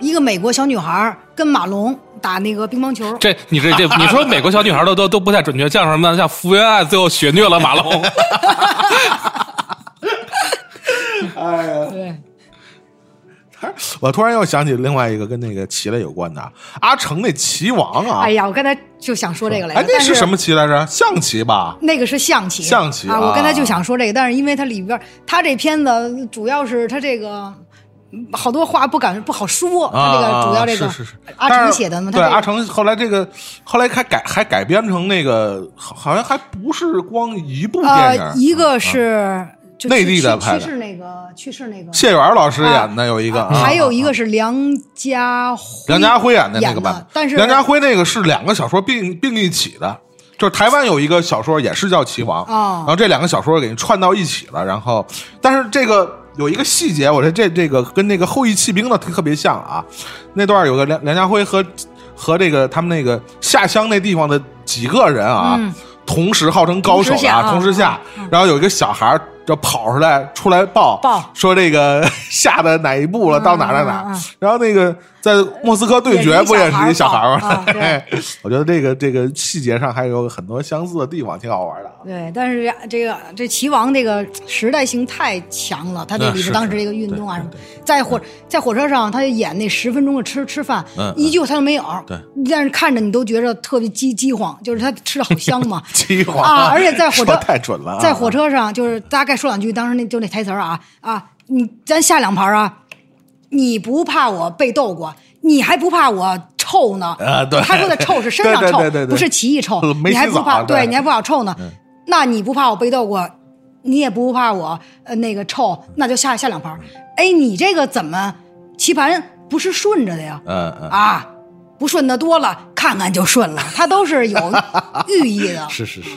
一个美国小女孩儿跟马龙打那个乒乓球，
这你这这，你说美国小女孩都都都不太准确，像什么呢？像福原爱最后血虐了 马龙，
对，
我突然又想起另外一个跟那个棋类有关的啊阿成那棋王啊，
哎呀，我刚才就想说这个来着，
哎，那
但是
是什么棋来着？象棋吧？
那个是象棋，
象棋
啊！
啊
我刚才就想说这个，但是因为它里边儿，它这片子主要是它这个嗯好多话不敢不好说，它这
啊
个主要这
是
个
是是
阿
但
成
是
写的嘛，
对，阿
他
成后来这个后来还改还改编成那个，好好像还不是光一部
这
电
呃，
影。嗯
一个是就
内
去
地的
去
拍的
去世那个去世那个，
谢元老师演的有一个，
啊
啊
还有一个是梁家辉
梁家辉演的那
演
个版本，
但是
梁家辉那个是两个小说并并一起的。就是台湾有一个小说也是叫《棋王》
哦
然后这两个小说给串到一起了。然后，但是这个有一个细节，我觉得这这个跟那个《后羿弃兵》的特别像啊。那段有个梁梁家辉和和这个他们那个下乡那地方的几个人啊，同时号称高手
嗯同时下
啊，
啊
同时下，然后有一个小孩儿就跑出来出来报
报
说这个 下的哪一步了，到哪儿到哪儿
嗯嗯嗯。
然后那个在莫斯科对。对决不也是一小孩儿吗？ 哎
也是一小孩儿啊
我觉得这个这个细节上还有很多相似的地方，挺好玩的啊。
对，但是这个这棋王这个时代性太强了，他这
嗯
里
是
边当时
是
这个运动啊
对
什么
对，
在火在火车上，他演那十分钟的吃吃饭
嗯嗯，
依旧他都没有，
对，，
但是看着你都觉着特别饥饥荒，就是他吃的好香嘛
计划
啊，而且在火
说
车
太准了啊，
在火车上就是大概说两句，当时那就那台词儿啊啊，你咱下两盘啊，你不怕我被斗过，你还不怕我臭呢？
啊对
他说的臭是身上
对对
臭，
对对对
不是棋艺臭
呃，没
你还
洗
不怕？
澡对嗯
对你还不怕我臭呢？那你不怕我被斗过，你也不怕我呃那个臭，那就下下两盘儿。哎，你这个怎么棋盘不是顺着的呀？
嗯嗯，
啊，不顺的多了，看看就顺了，它都是有寓意的。
是是是。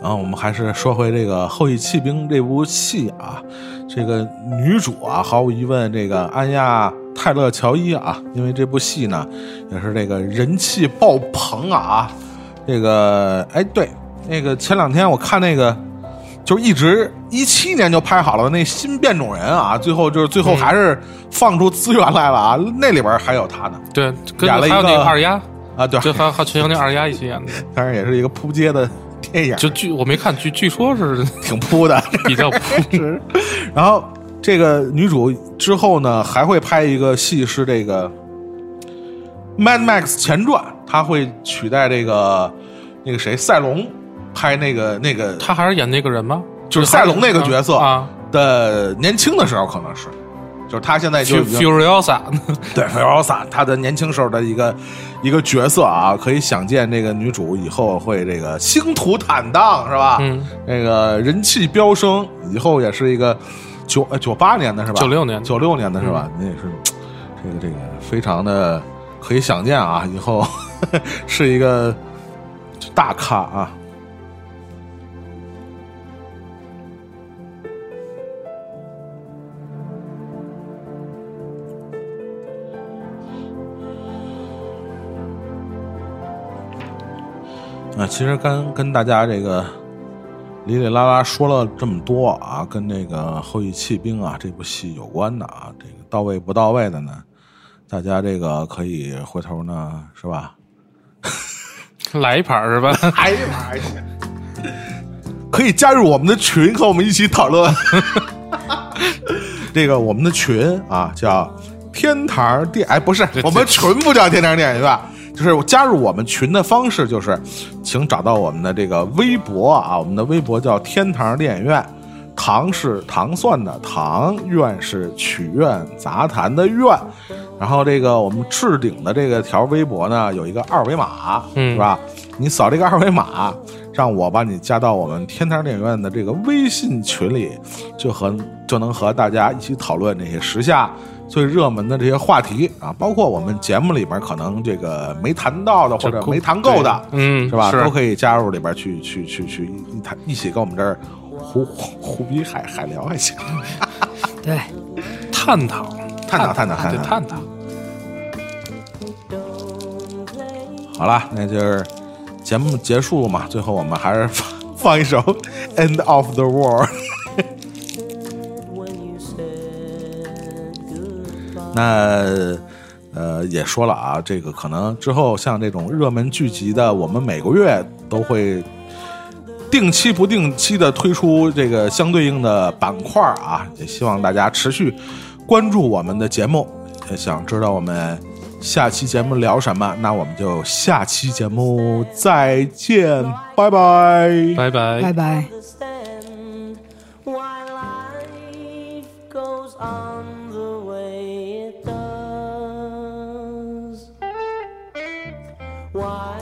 然后啊我们还是说回这个《后羿弃兵》这部戏啊，这个女主啊，毫无疑问，这个安亚泰勒乔伊啊，因为这部戏呢，也是这个人气爆棚啊。这个，哎，对，那个前两天我看那个就是一直一七年就拍好了那新变种人啊，最后就是最后还是放出资源来了啊，那里边还有他呢
对，跟
演了
还
一
有那
个
个二丫，
啊，对，
就还还群英那二丫一起演的，
当然也是一个扑街的电影，
就据我没看，据据 说是
挺扑的。
比较不
是，然后这个女主之后呢，还会拍一个戏是这个《Mad Max 前传》，她会取代这个那个谁赛龙拍那个那个
他还是演那个人吗？
就是赛龙那个角色
啊
的年轻的时候可能是，就是她现在 就
，Fu-
已经
Furiosa，
对 f u r o s a 她的年轻时候的一个一个角色啊，可以想见这个女主以后会这个星途坦荡是吧？
嗯，
那个人气飙升，以后也是一个九呃九八年的是吧？
96年的
九六年的是吧？那也是这个这个非常的可以想见啊， 以后是一个大咖啊。啊，其实跟跟大家这个哩哩啦啦说了这么多啊，跟这个《后羿弃兵啊》这部戏有关的啊，这个到位不到位的呢，大家这个可以回头呢，是吧？
来一盘是吧？
哎呀妈呀！可以加入我们的群，和我们一起讨论。这个我们的群啊，叫天堂电，哎，不是，我们群不叫天堂电影院，就是加入我们群的方式就是，请找到我们的这个微博啊，我们的微博叫天堂电影院，糖是糖蒜的糖，院是曲苑杂谈的苑。然后这个我们置顶的这个条微博呢，有一个二维码，
嗯
是吧？你扫这个二维码，让我把你加到我们天堂电影院的这个微信群里，就和就能和大家一起讨论这些时下最热门的这些话题啊，包括我们节目里面可能这个没谈到的或者没谈够的，
嗯，
是吧？
是
都可以加入里边去去去去一谈一起跟我们这儿胡胡胡逼海海聊还行，
对，
探讨，
探讨探讨
对
讨
探讨。
好了，那就是节目结束嘛，最后我们还是放放一首《End of the World》。那呃也说了啊，这个可能之后像这种热门剧集的，我们每个月都会定期不定期的推出这个相对应的板块儿啊，也希望大家持续关注我们的节目。也想知道我们下期节目聊什么，那我们就下期节目再见，拜拜。
拜拜
拜拜。
understand why life goes on the way it does. Why